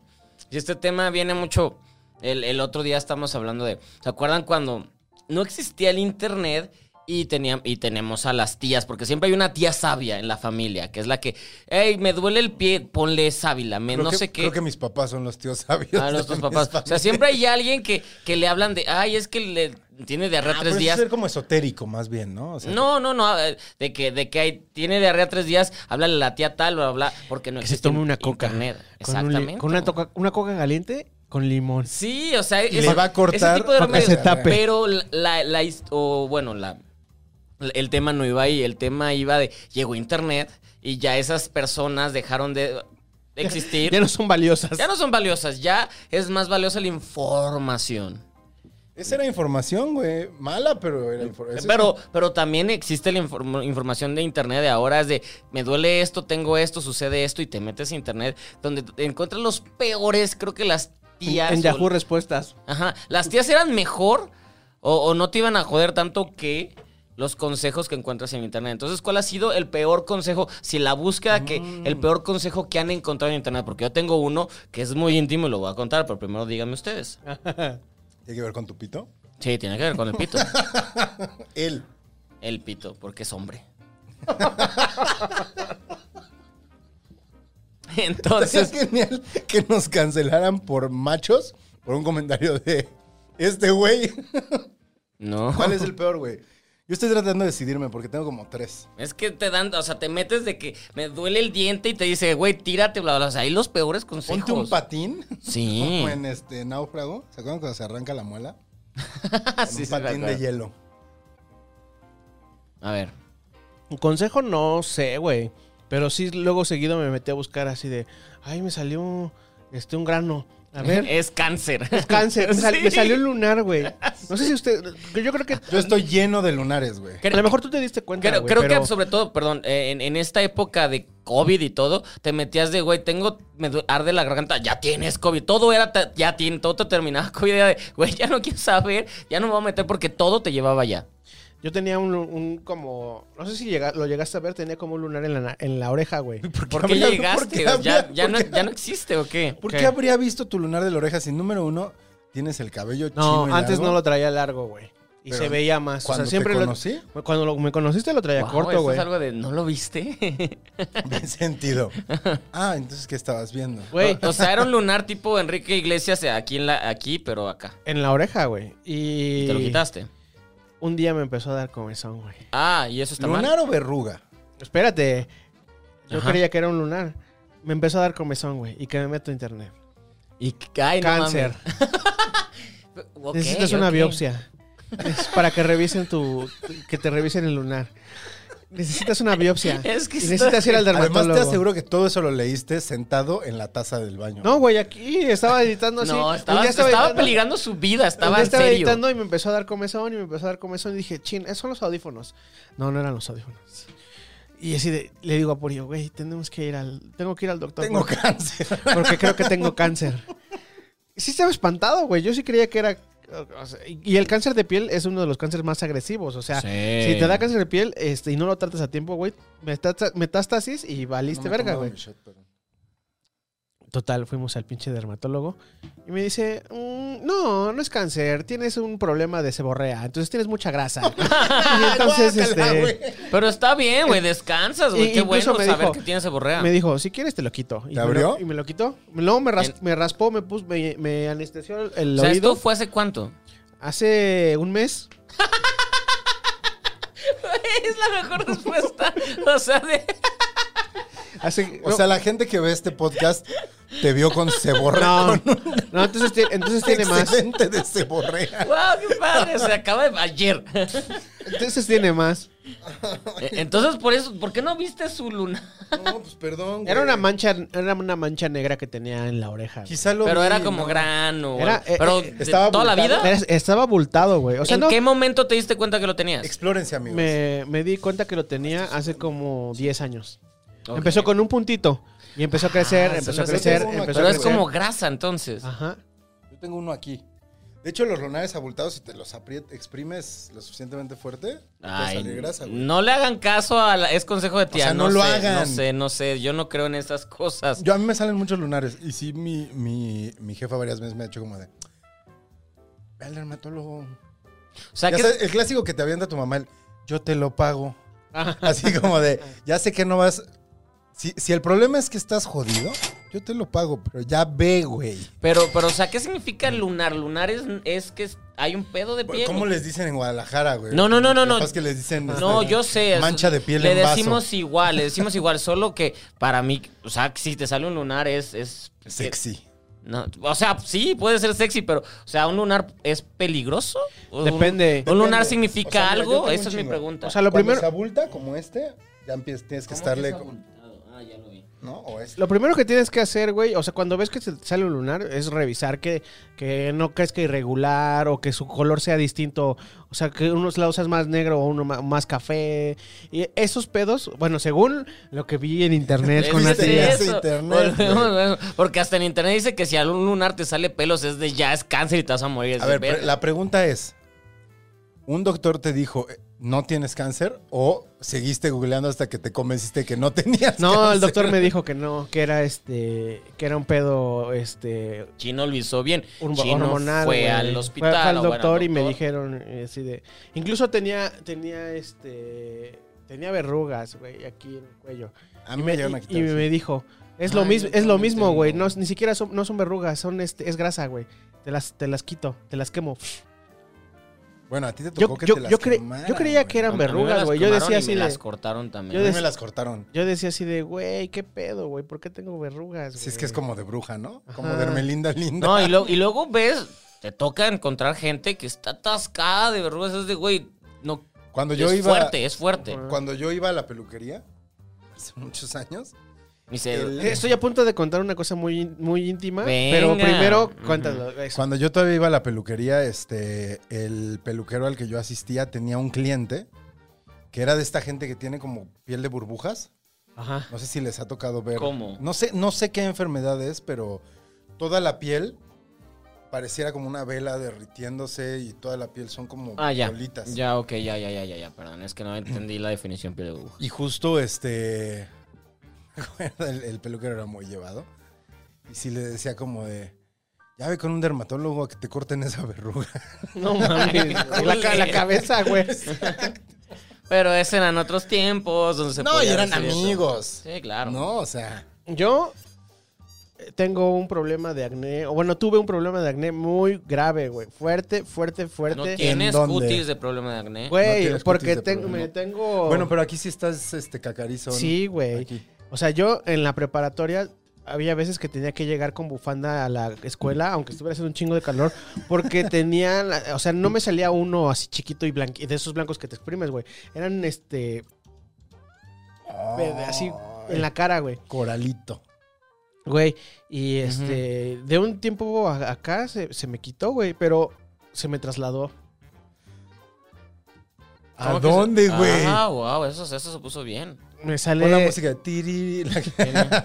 Y este tema viene mucho. El, el otro día estamos hablando de. ¿Se acuerdan cuando no existía el internet? Y, tenía, y tenemos a las tías, porque siempre hay una tía sabia en la familia, que es la que, hey, me duele el pie, ponle sábila, me, Creo no que- sé qué. Creo que mis papás son los tíos sabios. A de nuestros mis Ah, papás. O sea, familias. siempre hay alguien que, que le hablan de, ay, es que le tiene diarrea Ah, pero tres eso días. Es ser como esotérico, más bien, ¿no? O sea, No, no, no, eh, de que, de que hay, tiene diarrea tres días, háblale a la tía tal, bla, bla, bla, porque no Que se existe tome una coca. internet. Con, un li- Exactamente. con una, toca- una coca caliente con limón. Sí, o sea, Y le va a cortar tipo de para que remedios. se tape. Pero la, la, la his- o bueno, la, la- el tema no iba ahí, el tema iba de, llegó internet y ya esas personas dejaron de existir. Ya no son valiosas. ya no son valiosas, ya es más valiosa la información. Esa era información, güey. Mala, pero era Pues información. Eh, Pero, pero también existe la inform- información de internet de ahora, es de me duele esto, tengo esto, sucede esto, y te metes a internet, donde te encuentras los peores, creo que las tías. En o- Yahoo Respuestas. Ajá. Las tías eran mejor o, o no te iban a joder tanto que los consejos que encuentras en internet. Entonces, ¿cuál ha sido el peor consejo? Si la búsqueda que Mm. el peor consejo que han encontrado en internet, porque yo tengo uno que es muy íntimo y lo voy a contar, pero primero díganme ustedes. Ah. ¿Tiene que ver con tu pito? Sí, tiene que ver con el pito. Él. El pito, porque es hombre. Es Entonces, genial que nos cancelaran por machos por un comentario de este güey. no. ¿Cuál es el peor, güey? Yo estoy tratando de decidirme porque tengo como tres. Es que te dan, o sea, te metes de que me duele el diente y te dice, güey, tírate, bla, bla. O sea, ahí los peores consejos. Ponte un patín. Mm. Sí. Como en este náufrago. ¿Se acuerdan cuando se arranca la muela? Con Sí, un sí, me patín de acuerdo. hielo. A ver. Un consejo no sé, güey. Pero sí, luego seguido me metí a buscar así de, ay, me salió este, un grano. A ver, Es cáncer. es cáncer. Me, sal- Sí. me salió un lunar, güey. No sé si usted. Yo creo que. Yo estoy lleno de lunares, güey. A lo mejor tú te diste cuenta. Creo, güey, creo pero- que sobre todo, perdón, eh, en, en esta época de COVID y todo, te metías de, güey, tengo, me du- arde la garganta, ya tienes COVID. Todo era, ta- ya tiene, todo te terminaba COVID. Era de, güey, ya no quiero saber, ya no me voy a meter porque todo te llevaba ya. Yo tenía un, un como. No sé si llega- lo llegaste a ver, tenía como un lunar en la, na- en la oreja, güey. ¿Por qué había- llegaste? por qué Ya- había- ya, no, ya no existe o qué. ¿Por ¿Qué? qué habría visto tu lunar de la oreja si número uno tienes el cabello chino? No, antes no lo traía largo, güey. Y Pero se veía más. O cuando te sea, siempre conocí. lo. Cuando lo- me conociste lo traía Wow, corto, eso güey. Es algo de, ¿no lo viste? lo... sentido. Ah, entonces, ¿qué estabas viendo? Güey, o sea, era un lunar tipo Enrique Iglesias eh, aquí, en la, aquí pero acá. en la oreja, güey. Y. Te lo quitaste. Un día me empezó a dar comezón, güey. Ah, y eso está mal. ¿Lunar o verruga? Espérate. Yo Ajá. creía que era un lunar. Me empezó a dar comezón, güey. Y que me meto a internet. Y ay, no Cáncer. mames. Ok, Necesitas una ok. biopsia. Es para que revisen tu. que te revisen el lunar. Necesitas una biopsia. Es que Y necesitas ir al dermatólogo. Además, te aseguro que todo eso lo leíste sentado en la taza del baño. No, güey, aquí estaba editando así. No, Un estaba, día estaba, editando- peligrando su vida, un estaba día en estaba serio. editando y me empezó a dar comezón y me empezó a dar comezón y dije, chin, esos son los audífonos. No, no eran los audífonos. Y así de- le digo a Purio, güey, tenemos que ir al, tengo que ir al doctor. Tengo porque, cáncer. porque creo que tengo cáncer. Sí estaba espantado, güey. Yo sí creía que era. o sea, y y el cáncer de piel es uno de los cánceres más agresivos. O sea, si te da cáncer de piel este, y no lo tratas a tiempo, güey, metasta- metástasis y valiste No me he verga, tomado güey. mi shot, pero- Total, fuimos al pinche dermatólogo y me dice, "Mm, no, no es cáncer, tienes un problema de seborrea, entonces tienes mucha grasa. y entonces, Guácala, este, güey. Pero está bien, güey, descansas, güey. Eh, Y- Qué incluso bueno me saber dijo- que tienes borrea. me dijo, si quieres te lo quito. Y ¿Te me abrió? Lo, y me lo quitó. Luego me, ras- En- me raspó, me, pus- me, me anestesió el, el O sea, oído ¿esto fue hace cuánto? hace un mes. es la mejor respuesta. O sea, de... Hace, O no, sea, la gente que ve este podcast te vio con ceborrea. no, con un no, entonces, tie- entonces tiene más. excedente de ceborrea. ¡Wow, qué padre! Se acaba de... ayer. Entonces tiene más. Eh, Entonces, por eso, ¿por qué no viste su luna? No, pues perdón, güey. Era una mancha, era una mancha negra que tenía en la oreja. güey. Quizá lo Pero vi, era como ¿no? grano. güey. Era, eh, Pero eh, de estaba toda la abultado. vida. Era- estaba abultado, güey. O sea, ¿En no, qué momento te diste cuenta que lo tenías? Explórense, amigos. Me, me di cuenta que lo tenía hace como 10 años. Ok. Empezó con un puntito y empezó a crecer, Ah, eso empezó no a es- crecer, eso es empezó Pero a es crecer. como grasa, entonces. Ajá. Yo tengo uno aquí. De hecho, los lunares abultados, si te los aprie- exprimes lo suficientemente fuerte, te Ay, sale grasa, güey. no le hagan caso a la- es consejo de tía. sea, no, no lo sé, hagan. No sé, no sé. Yo no creo en esas cosas. Yo, a mí me salen muchos lunares. Y sí, mi, mi, mi jefa varias veces me ha hecho como de... Ve al dermatólogo. o sea, Ya que sabes, el clásico que te avienta tu mamá, el, yo te lo pago. Ah. Así como de, ya sé que no vas... Si, si el problema es que estás jodido, yo te lo pago, pero ya ve, güey. pero, pero, o sea, ¿qué significa lunar? Lunar es, es que es- hay un pedo de piel. ¿Cómo les dicen en Guadalajara, güey? No, no, no, no, no. Capaz que les dicen... No, este, yo sé. es- Mancha de piel Le en vaso. decimos igual, le decimos igual. Solo que para mí, o sea, si te sale un lunar es. es Sexy. no, o sea, sí, puede ser sexy, pero, o sea, ¿un lunar es peligroso? ¿O un- Depende. ¿Un, lunar Depende. significa O sea, mira, yo algo? tengo Esa un es mi chingo. pregunta. O sea, lo Cuando primero, se abulta como este, ya empiezas, tienes que estarle... co- Ah, ya lo vi. ¿No? O este. lo primero que tienes que hacer, güey, o sea, cuando ves que se te sale un lunar, es revisar que, que no crezca irregular o que su color sea distinto. O sea, que unos lados es más negro o uno ma- más café. Y esos pedos, bueno, según lo que vi en internet con la Fíjate tía. eso. internet, Volvemos, güey. volvemos. Porque hasta en internet dice que si a un lunar te sale pelos es de ya es cáncer y te vas a morir. Es A de ver, verga. pre- la pregunta es, ¿un doctor te dijo, eh, no tienes cáncer? ¿O seguiste googleando hasta que te convenciste que no tenías No, cáncer? el doctor me dijo que no, que era este, que era un pedo, este, Chino lo hizo bien. un Chino hormonal. fue güey. al hospital. Fue, fue al o doctor, bueno, y me dijeron eh, así de. Incluso tenía, tenía este. Tenía verrugas, güey, aquí en el cuello. A mí me llegaron a Y, quitar. y me dijo, es lo Ay, mismo, yo es lo también mismo, tengo. güey. No, ni siquiera son, no son verrugas, son este, es grasa, güey. Te las, te las quito, te las quemo. Bueno, a ti te tocó Yo, que yo, te las yo, cre- quemaran, yo creía güey. que A eran mí me verrugas, las güey. Yo quemaron decía y me así de. las cortaron yo también. A mí des- me las cortaron. Yo decía así de, güey, qué pedo, güey. ¿Por qué tengo verrugas, güey? Si es que es como de bruja, ¿no? Como Ajá. de Hermelinda Linda. No, y, lo- y luego ves, te toca encontrar gente que está atascada de verrugas. Es de, güey, no. Cuando Es Pues yo iba. fuerte, es eh. fuerte. Cuando yo iba a la peluquería, hace muchos años, Y se- el- Eh, Estoy a punto de contar una cosa muy, muy íntima, Venga. pero primero Ujú. cuéntalo. eso. Cuando yo todavía iba a la peluquería, este, el peluquero al que yo asistía tenía un cliente que era de esta gente que tiene como piel de burbujas. Ajá. No sé si les ha tocado ver. ¿Cómo? No sé, no sé qué enfermedad es, pero toda la piel pareciera como una vela derritiéndose y toda la piel son como Ah, ya. bolitas. Ya, ok, ya, ya, ya, ya, ya, perdón. Es que no entendí la definición piel de burbuja. Y justo este. el, el peluquero era muy llevado. Y sí le decía como de. Ya ve con un dermatólogo a que te corten esa verruga. No mames. la, ca- la cabeza, güey. Pero ese eran otros tiempos donde se No, podía y eran decir eso. amigos. Sí, claro. No, o sea. Yo eh, tengo un problema de acné. O bueno, tuve un problema de acné muy grave, güey. Fuerte, fuerte, No fuerte. tienes dónde? cutis de problema de acné. no Güey, tienes porque cutis de tengo, problema. me tengo. Bueno, pero aquí sí estás este cacarizo. ¿no? Sí, güey. Aquí. O sea, yo en la preparatoria había veces que tenía que llegar con bufanda a la escuela, aunque estuviera haciendo un chingo de calor, porque tenía, la- o sea, no me salía uno así chiquito y blanco, de esos blancos que te exprimes, güey. Eran este, verde, así en la cara, güey. Coralito. Güey, y este, de un tiempo a- acá se, se me quitó, güey, pero se me trasladó. ¿A dónde, güey? Ah, wow, eso, eso se puso bien. Me Pon la sale, música. Tiri, la-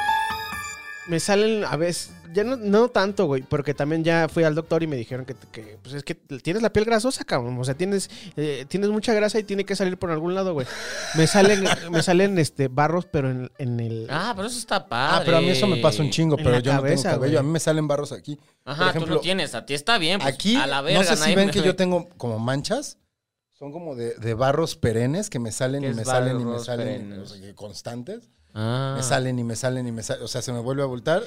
me salen a veces, ya no, no tanto, güey, porque también ya fui al doctor y me dijeron que, que, pues es que tienes la piel grasosa, cabrón, o sea, tienes, eh, tienes mucha grasa y tiene que salir por algún lado, güey. Me salen, me salen, este, barros, pero en, en el... Ah, pero eso está padre. Ah, pero a mí eso me pasa un chingo, En pero la yo no cabeza, tengo cabello. güey. A mí me salen barros aquí. Ajá, Por ejemplo, tú lo tienes, a ti está bien. pues, Aquí, a la verga, no sé si nadie ven me- que yo tengo como manchas. Son como de, de barros perennes que me salen ¿Qué y es me salen y me barros salen perennes? o sea, que constantes. Ah. Me salen y me salen y me salen. O sea, se me vuelve a voltar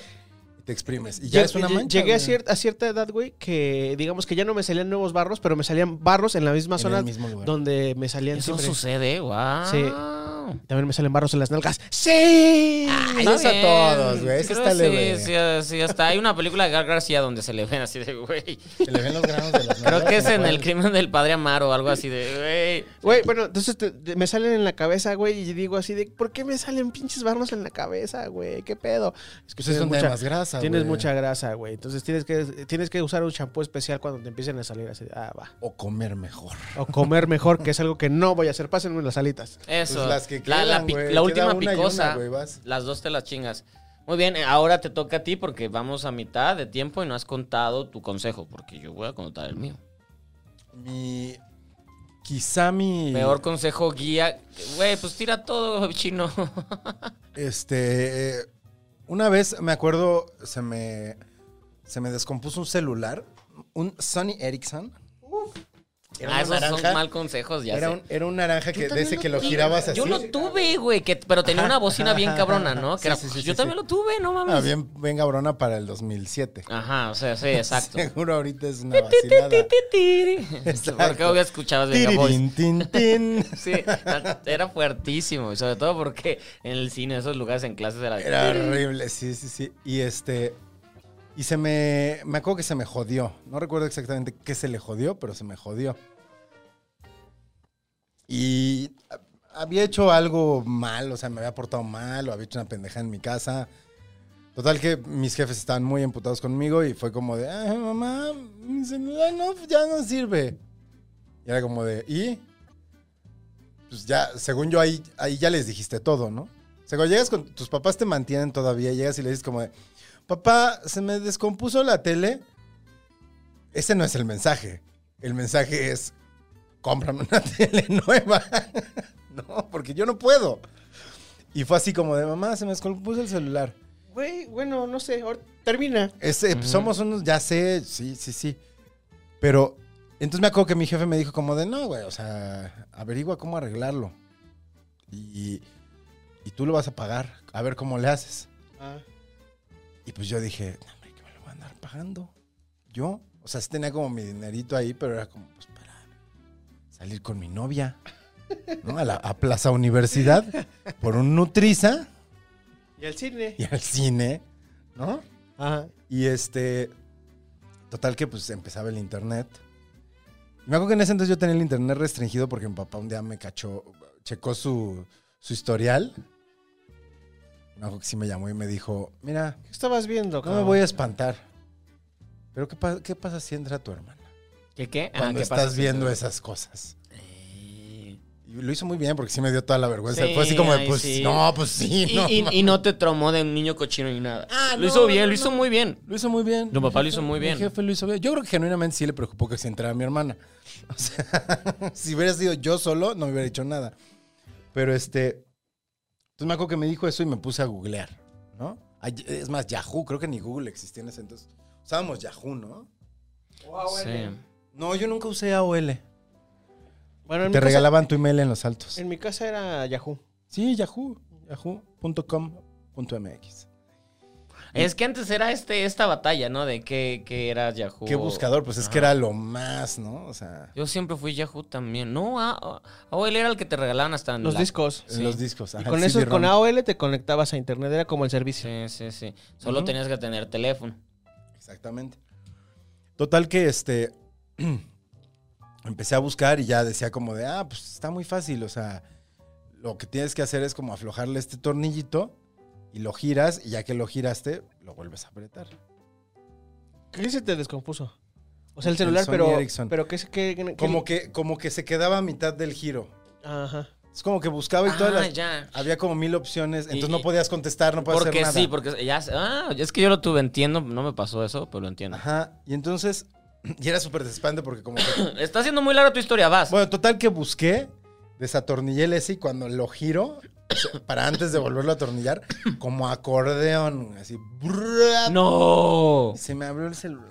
y te exprimes. Y ya Lle- es una lle- mancha. Llegué a, güey, cier- a cierta edad, güey, que digamos que ya no me salían nuevos barros, pero me salían barros en la misma en zona el mismo lugar. donde me salían Eso siempre. sucede, wow. Sí. También me salen barros en las nalgas. Ah, ¡Sí! Ay, eso a todos, güey, eso está leve. Sí, sí, sí, hasta hay una película de Gar García donde se le ven así de, güey. Que le ven los granos de las Creo nalgas, que es en como el crimen del padre Amaro o algo así de, güey. Güey, bueno, entonces te- te- me salen en la cabeza, güey, y digo así de, ¿por qué me salen pinches barros en la cabeza, güey? ¿Qué pedo? Es Pues es donde hay más grasa, Tienes güey. mucha grasa, güey. Entonces tienes que, tienes que usar un champú especial cuando te empiecen a salir así. de, Ah, va. O comer mejor. O comer mejor, que es algo que no voy a hacer. Pásenme las alitas. Eso. Pues las que la, la quedan, pi- güey, la queda última una y picosa. una, güey, vas. las dos te las chingas. Muy bien, eh, ahora te toca a ti porque vamos a mitad de tiempo y no has contado tu consejo, porque yo voy a contar el mío. Mi. Quizá mi. Peor consejo guía. Güey, pues tira todo, chino. Este. eh, Una vez me acuerdo, se me. Se me descompuso un celular. Un Sony Ericsson. ah, una esos naranja. son mal consejos, ya Era sé. un, era un naranja que, de también ese lo que lo tuve. girabas así. Yo lo tuve, güey, que, pero tenía una bocina bien cabrona, ¿no? Que Sí, era- sí, sí, yo sí, también lo tuve, no mames. Ah, bien, bien cabrona para el 2007. Ajá, o sea, sí, exacto. Seguro ahorita es una vacilada. Exacto. Porque obvio escuchabas Venga Boys. Tirirín, tin, tin. Sí, era fuertísimo, y sobre todo porque en el cine, esos lugares en clases era... Era horrible, sí, sí, sí. Y este. Y se me. Me acuerdo que se me jodió. No recuerdo exactamente qué se le jodió, pero se me jodió. Y ah, había hecho algo mal, o sea, me había portado mal, o había hecho una pendeja en mi casa. Total que mis jefes estaban muy emputados conmigo y fue como de, "Ah, mamá, mi celular no, ya no sirve. Y era como de, ¿y? Pues ya, según yo ahí, ahí ya les dijiste todo, ¿no? O sea, cuando llegas con tus papás te mantienen todavía, llegas y le dices como de, papá, se me descompuso la tele. Ese no es el mensaje. El mensaje es, cómprame una tele nueva. no, porque yo no puedo. Y fue así como de, mamá, se me descompuso el celular. Güey, bueno, no sé. ahor- Termina. Este, pues, Somos unos, ya sé, sí, sí, sí. Pero entonces me acuerdo que mi jefe me dijo como de, no, güey, o sea, averigua cómo arreglarlo. Y, y tú lo vas a pagar, a ver cómo le haces. Ah. Y pues yo dije, no, hombre, que me lo van a andar pagando. Yo, o sea, sí tenía como mi dinerito ahí, pero era como, pues para salir con mi novia, ¿no? A, la, a Plaza Universidad, por un Nutriza Y al cine. y al cine, ¿no? Ajá. Y este, total que pues empezaba el internet. Me acuerdo que en ese entonces yo tenía el internet restringido porque mi papá un día me cachó, checó su, su historial. Me acuerdo que sí me llamó y me dijo, mira, ¿Qué estabas viendo, no me voy a espantar. Pero ¿qué, pa- qué pasa si entra tu hermana? ¿Qué qué? Ah, Cuando ¿qué estás pasa si- viendo esas cosas. Eh, Y lo hizo muy bien porque sí me dio toda la vergüenza. Sí, Fue así como de, ay, pues, sí. no, pues sí, Y, no. y- ma- y no te tromó de un niño cochino ni nada. Ah, lo no, hizo bien, no, lo hizo no. muy bien. Lo hizo muy bien. Tu papá lo hizo muy bien. Mi jefe lo hizo bien. Yo creo que genuinamente sí le preocupó que se entrara mi hermana. O sea, si hubiera sido yo solo, no me hubiera dicho nada. Pero este. Entonces me acuerdo que me dijo eso y me puse a googlear, ¿no? Ay, Es más, Yahoo, creo que ni Google existía en ese entonces. Usábamos Yahoo, ¿no? Ah, Sí. No, yo nunca usé AOL. Bueno, en mi, Te casa, regalaban tu email en los altos. en mi casa era Yahoo. Sí, Yahoo. Yahoo.com.mx. Es que antes era este, esta batalla, ¿no? De qué, qué era Yahoo. Oh, Qué buscador, pues es que era lo más, ¿no? O sea, Yo siempre fui Yahoo también. No, a- a- AOL era el que te regalaban hasta en Los la- discos. en los discos. Y ajá, con el eso, CD-ROM. con AOL te conectabas a internet, era como el servicio. Sí, sí, sí. Solo Ujú. tenías que tener teléfono. Exactamente. Total que este empecé a buscar y ya decía como de, ah, pues está muy fácil, o sea, lo que tienes que hacer es como aflojarle este tornillito y lo giras y ya que lo giraste, lo vuelves a apretar. ¿Qué se te descompuso? O sea, el El celular, Sony pero. Ericsson. Pero qué se qué, qué- Como que como que se quedaba a mitad del giro. Ajá. Es como que buscaba y todas Ah, las ya. había como mil opciones, entonces Y- no podías contestar, no podías hacer Porque nada. sí, porque ya. Ah, es que yo lo tuve, entiendo. No me pasó eso, pero lo entiendo. Ajá, y entonces y era súper desespante porque como que Está siendo muy larga tu historia, vas. Bueno, total que busqué, desatornillé el ese y cuando lo giro, o sea, para antes de volverlo a atornillar, como acordeón, así. brrrra, No. Se me abrió el celular.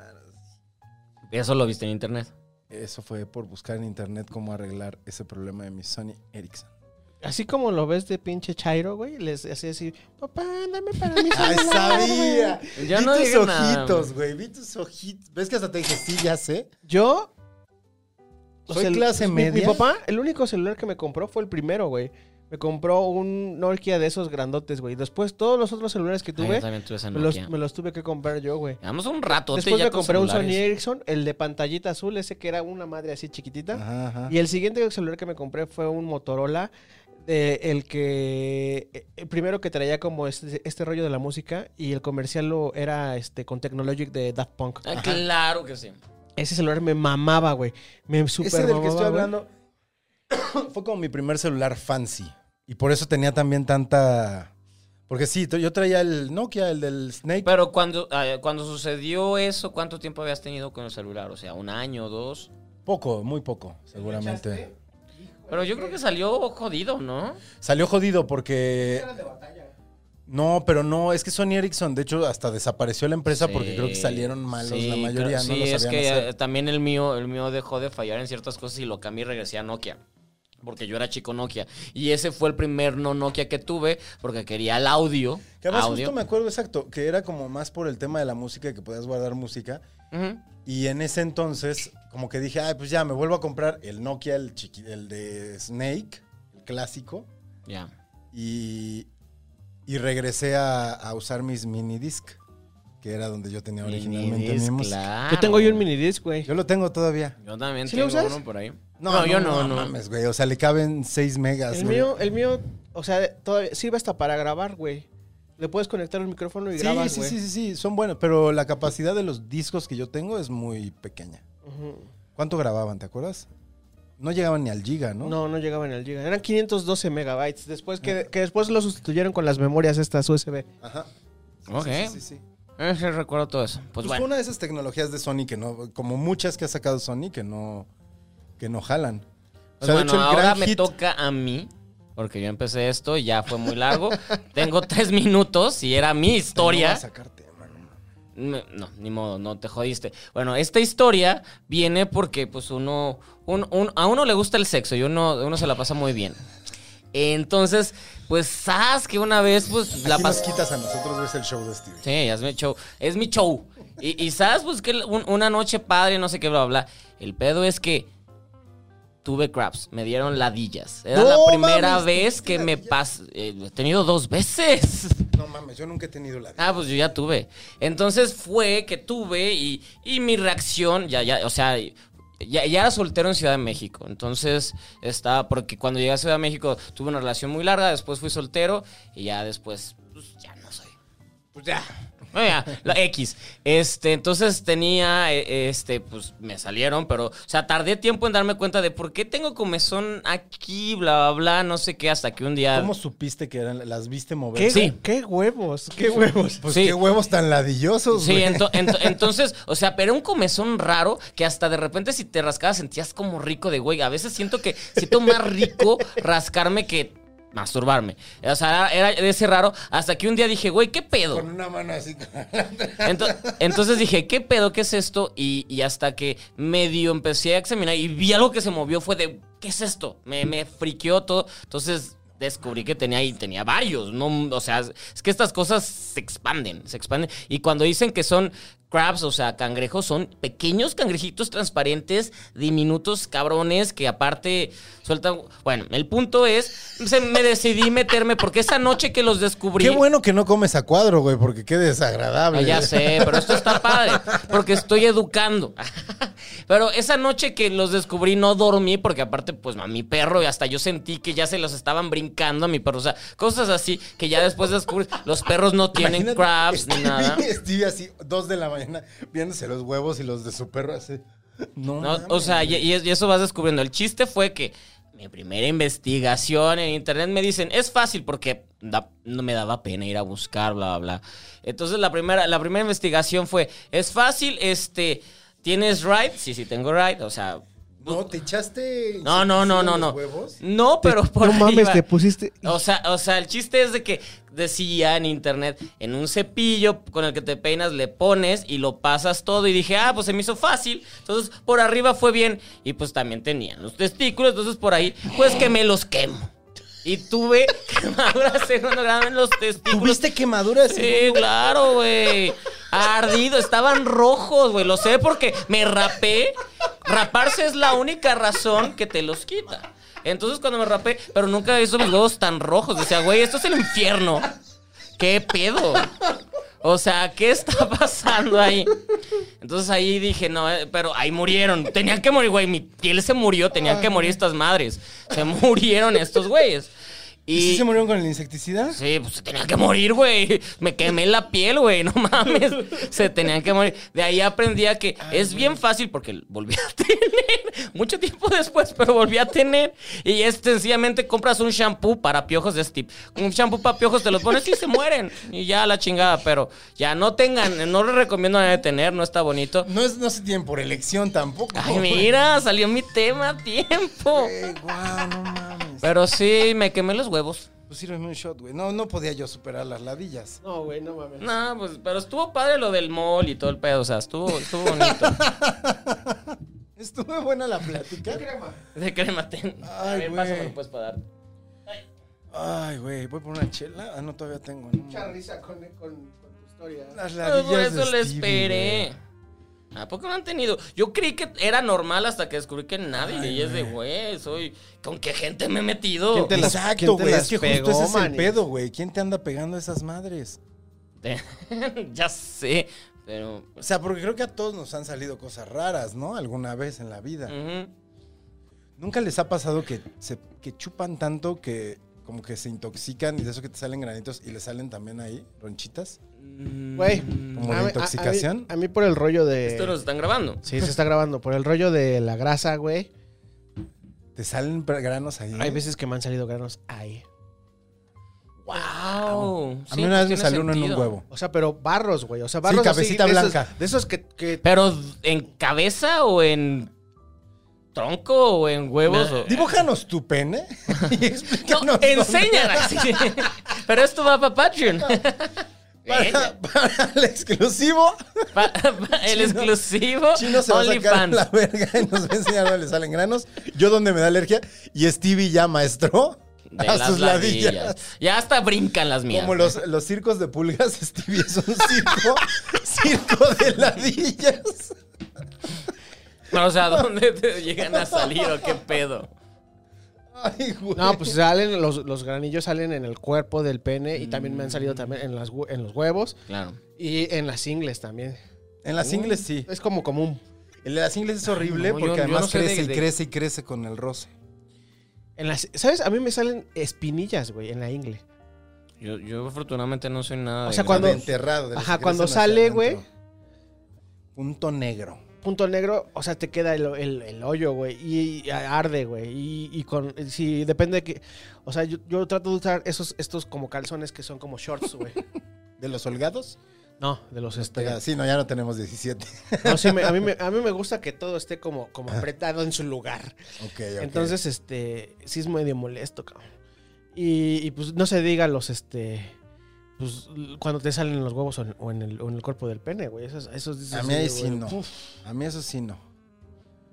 Eso lo viste en internet. Eso fue por buscar en internet cómo arreglar ese problema de mi Sony Ericsson. Así como lo ves de pinche Chairo, güey, les hacía así, papá, dame para mí. ¡Ay, sabía! Ya vi no tus digo nada, ojitos, güey. Vi tus ojitos. ¿Ves que hasta te dije, sí, ya sé? Yo. Soy el- clase mi- Mi, media. papá, el único celular que me compró fue el primero, güey. Me compró un Nokia de esos grandotes, güey. Después todos los otros celulares que Ah, yo tuve, también tuve esa me los, Nokia. me los tuve que comprar yo, güey. Llevamos un rato. Después me compré un Sony Ericsson, el de pantallita azul, ese que era una madre así chiquitita. Ajá, ajá. Y el siguiente celular que me compré fue un Motorola, de- el que eh, el primero que traía como este, este rollo de la música y el comercial lo era este con Technologic de Daft Punk. Ah, claro que sí. Ese celular me mamaba, güey. Me super Ese del que mamaba, estoy güey. hablando fue como mi primer celular fancy. Y por eso tenía también tanta... Porque sí, yo traía el Nokia, el del Snake. Pero cuando, ah, cuando sucedió eso, ¿cuánto tiempo habías tenido con el celular? O sea, un año, dos. Poco, muy poco, seguramente. Pero yo creo que salió jodido, ¿no? Salió jodido porque... No, pero no, es que Sony Ericsson, de hecho, hasta desapareció la empresa porque Sí, creo que salieron malos sí, la creo- mayoría, no sí, lo sabían es que hacer. eh, también el mío, el mío dejó de fallar en ciertas cosas y lo cambié y regresé a Nokia. Porque yo era chico Nokia. Y ese fue el primer no Nokia que tuve porque quería el audio. Que además audio. justo me acuerdo exacto, que era como más por el tema de la música, que podías guardar música. Ujú. Y en ese entonces, como que dije, ay, pues ya, me vuelvo a comprar el Nokia, el, chiqui- el de Snake, el clásico. Ya. Y, y regresé a, a usar mis mini disc, que era donde yo tenía originalmente mi Minidisc, música. claro. Yo tengo yo un minidisc, güey. Yo lo tengo todavía. Yo también ¿Sí lo tengo usas? uno por ahí. No, yo no, no. mames, güey. O sea, le caben 6 megas. El güey. mío, el mío, o sea, todavía sirve hasta para grabar, güey. Le puedes conectar el micrófono y Sí, grabas, sí, güey. sí, sí, sí, son buenos, pero la capacidad de los discos que yo tengo es muy pequeña. Ujú. ¿Cuánto grababan, te acuerdas? No llegaban ni al giga, ¿no? Ah. No, no llegaban al giga. Eran 512 megabytes. Después que, que después lo sustituyeron con las memorias estas USB. Ajá. Ok. Sí, sí, sí, sí. Eh, sí, recuerdo todo eso. Pues Pues, fue bueno. una de esas tecnologías de Sony que no, como muchas que ha sacado Sony que no, que no jalan. Pues bueno, ahora me toca a mí, porque yo empecé esto y ya fue muy largo. Tengo tres minutos y era mi historia. No, no, ni modo, no te jodiste. Bueno, esta historia viene porque pues uno, un- un- a uno le gusta el sexo y uno, uno se la pasa muy bien. Entonces, pues, sabes que una vez, pues, La la nos pasé... quitas a nosotros ves el show de Stevie. Sí, ya es mi show. Es mi show. Y, y sabes, pues que un- una noche padre, no sé qué, bla, bla. El pedo es que tuve craps, me dieron ladillas. Era No la mames, primera ¿tuviste vez que me pasó. he tenido dos veces. No mames, yo nunca he tenido la. Ah, pues yo ya tuve. Entonces fue que tuve y, y mi reacción, ya, ya, o sea, ya, ya era soltero en Ciudad de México. Entonces estaba, porque cuando llegué a Ciudad de México tuve una relación muy larga, después fui soltero y ya después, pues ya no soy. Pues ya. Bueno, ya, la X. Este, entonces tenía, eh, este, pues me salieron, pero, o sea, tardé tiempo en darme cuenta de por qué tengo comezón aquí, bla, bla, bla, no sé qué, hasta que un día. ¿Cómo supiste que eran? ¿Las viste mover? ¿Qué, Sí. qué huevos? ¿Qué huevos? Pues Sí. qué huevos tan ladillosos, Sí, güey. ento- ento- entonces, o sea, pero era un comezón raro que hasta de repente si te rascabas sentías como rico de güey. A veces siento que siento más rico rascarme que masturbarme. O sea, era era de ese raro hasta que un día dije, güey, ¿qué pedo? Con una mano así. Ento- Entonces, dije, ¿qué pedo? ¿Qué es esto? Y, y hasta que medio empecé a examinar y vi algo que se movió fue de, ¿qué es esto? Me, me friqueó todo. Entonces descubrí que tenía y tenía varios. No, o sea, es que estas cosas se expanden, se expanden. Y cuando dicen que son crabs, o sea, cangrejos, son pequeños cangrejitos transparentes, diminutos, cabrones, que aparte sueltan... Bueno, el punto es, se- me decidí meterme porque esa noche que los descubrí... Qué bueno que no comes a cuadro, güey, porque qué desagradable. Ah, ya sé, pero esto está padre, porque estoy educando. Pero esa noche que los descubrí no dormí, porque aparte, pues a mi perro, y hasta yo sentí que ya se los estaban brincando a mi perro. O sea, cosas así que ya después descubrí. Los perros no tienen Imagínate, crabs ni Stevie- nada. Stevie así, dos de la mañana, viéndose los huevos y los de su perro así. No, No, mames, o sea, y, güey. y es- y eso vas descubriendo. El chiste fue que mi primera investigación en internet me dicen, es fácil porque da- no me daba pena ir a buscar, bla, bla, bla. Entonces la primera, la primera investigación fue, es fácil, este, ¿tienes ride? Sí, sí, tengo ride, o sea... No, te echaste. No, no, no, no, los no. huevos? No, pero por no ahí mames, este va. te pusiste. O sea, o sea, el chiste es de que decía en internet, en un cepillo con el que te peinas le pones y lo pasas todo y dije, ah, pues se me hizo fácil. Entonces, por arriba fue bien y pues también tenían los testículos, entonces por ahí, pues que me los quemo. Y tuve quemaduras segundo grado en los testículos. ¿Tuviste quemaduras? Sí, claro, güey. Ardido, estaban rojos, güey. Lo sé porque me rapé. Raparse es la única razón que te los quita. Entonces cuando me rapé, pero nunca he visto mis huevos tan rojos. Decía, güey, esto es el infierno. ¿Qué pedo? O sea, ¿qué está pasando ahí? Entonces ahí dije, no, eh, pero ahí murieron. Tenían que morir, güey. Mi piel se murió, tenían que morir estas madres. Se murieron estos güeyes. ¿Y sí se murieron con el insecticida? Sí, pues se tenían que morir, güey. Me quemé la piel, güey. No mames. Se tenían que morir. De ahí aprendí a que es bien fácil porque volví a tener. Mucho tiempo después, pero volví a tener. Y es sencillamente compras un shampoo para piojos de Steve. Un shampoo para piojos te los pones y se mueren. Y ya la chingada. Pero ya no tengan, no les recomiendo a nadie tener, no está bonito. No, es, no se tienen por elección tampoco. Ay, güey. mira, salió mi tema a tiempo. Güey, guau, no mames. Pero sí, me quemé los huevos. Pues sírveme un shot, güey. No, no podía yo superar las ladillas. No, güey, no mames. No, pues, pero estuvo padre lo del mall y todo el pedo, o sea, estuvo, estuvo bonito. Estuvo buena la plática. De cremate. Ay, a ver, güey. pásamelo, pues, para dar. Ay, güey, voy por una chela. Ah, no, todavía tengo. no. Mucha risa con, con- con tu historia. Las Pero ladillas. Pues, por eso de le Stevie, esperé. ¿A poco no han tenido? Yo creí que era normal hasta que descubrí que nadie. y es de, güey, soy. ¿Con qué gente me he metido? ¿Quién te güey. las- Exacto, quién te güey. las Es que pegó, justo ese es el manis? pedo, güey. ¿Quién te anda pegando esas madres? ya sé. Pero. O sea, porque creo que a todos nos han salido cosas raras, ¿no? Alguna vez en la vida. ujú. ¿Nunca les ha pasado que, se, que chupan tanto que como que se intoxican y de eso que te salen granitos y le salen también ahí ronchitas? Güey, Mm. ¿Como a de mí- intoxicación? A, mí, a mí por el rollo de. Esto nos están grabando. Sí, se está grabando. Por el rollo de la grasa, güey. ¿Te salen per- granos ahí? Hay pues, veces que me han salido granos ahí. ¡Wow! A mí una vez me salió uno en un huevo. O sea, pero barros, güey. O sea, barros. así, cabecita de esos- blanca. de esos que. que- ¿Pero en cabeza o en tronco o en huevos? o- Dibújanos tu pene y No, explícanos. enséñala. sí. Pero esto va para Patreon. dónde- Para, para el exclusivo, Pa- pa- el exclusivo Chino se va a sacar la OnlyFans. verga y nos va a enseñar dónde le salen granos. Yo donde me da alergia. Y Stevie ya maestro De a las sus ladillas. ladillas. Ya hasta brincan las mías. Como los, los circos de pulgas, Stevie es un circo, circo de ladillas. No, o sea, ¿dónde te llegan a salir o qué pedo? Ay, güey. No, pues salen, los, los granillos salen en el cuerpo del pene y también me han Mm. salido también en, las, hue- en los huevos Claro. y en las ingles también. En las ingles sí. Es como común. El de las ingles es horrible no, yo- porque yo además no sé crece de- y de- crece y crece con el roce. En las, ¿Sabes? A mí me salen espinillas, güey, en la ingle. Yo, yo afortunadamente no soy nada. O de sea, grande. Cuando- De enterrado. de los Ajá, que cuando crecen hacia sale, adentro. güey. Punto negro. Punto negro, o sea, te queda el, el- el hoyo, güey, y, y arde, güey. Y, y con, si depende de que. O sea, yo, yo trato de usar esos, estos como calzones que son como shorts, güey. ¿De los holgados? No, de los este. Pega- Sí, no, ya no tenemos 17. No, sí, me- a, mí me, a mí me gusta que todo esté como, como apretado en su lugar. Ah. Ok, ok. Entonces, este, sí es medio molesto, cabrón. Y, y, pues no se diga los, este, pues cuando te salen los huevos o en, o en el, o en el cuerpo del pene, güey. Esos, esos dices A mí así ahí de, sí güey, no. uf. A mí eso sí no.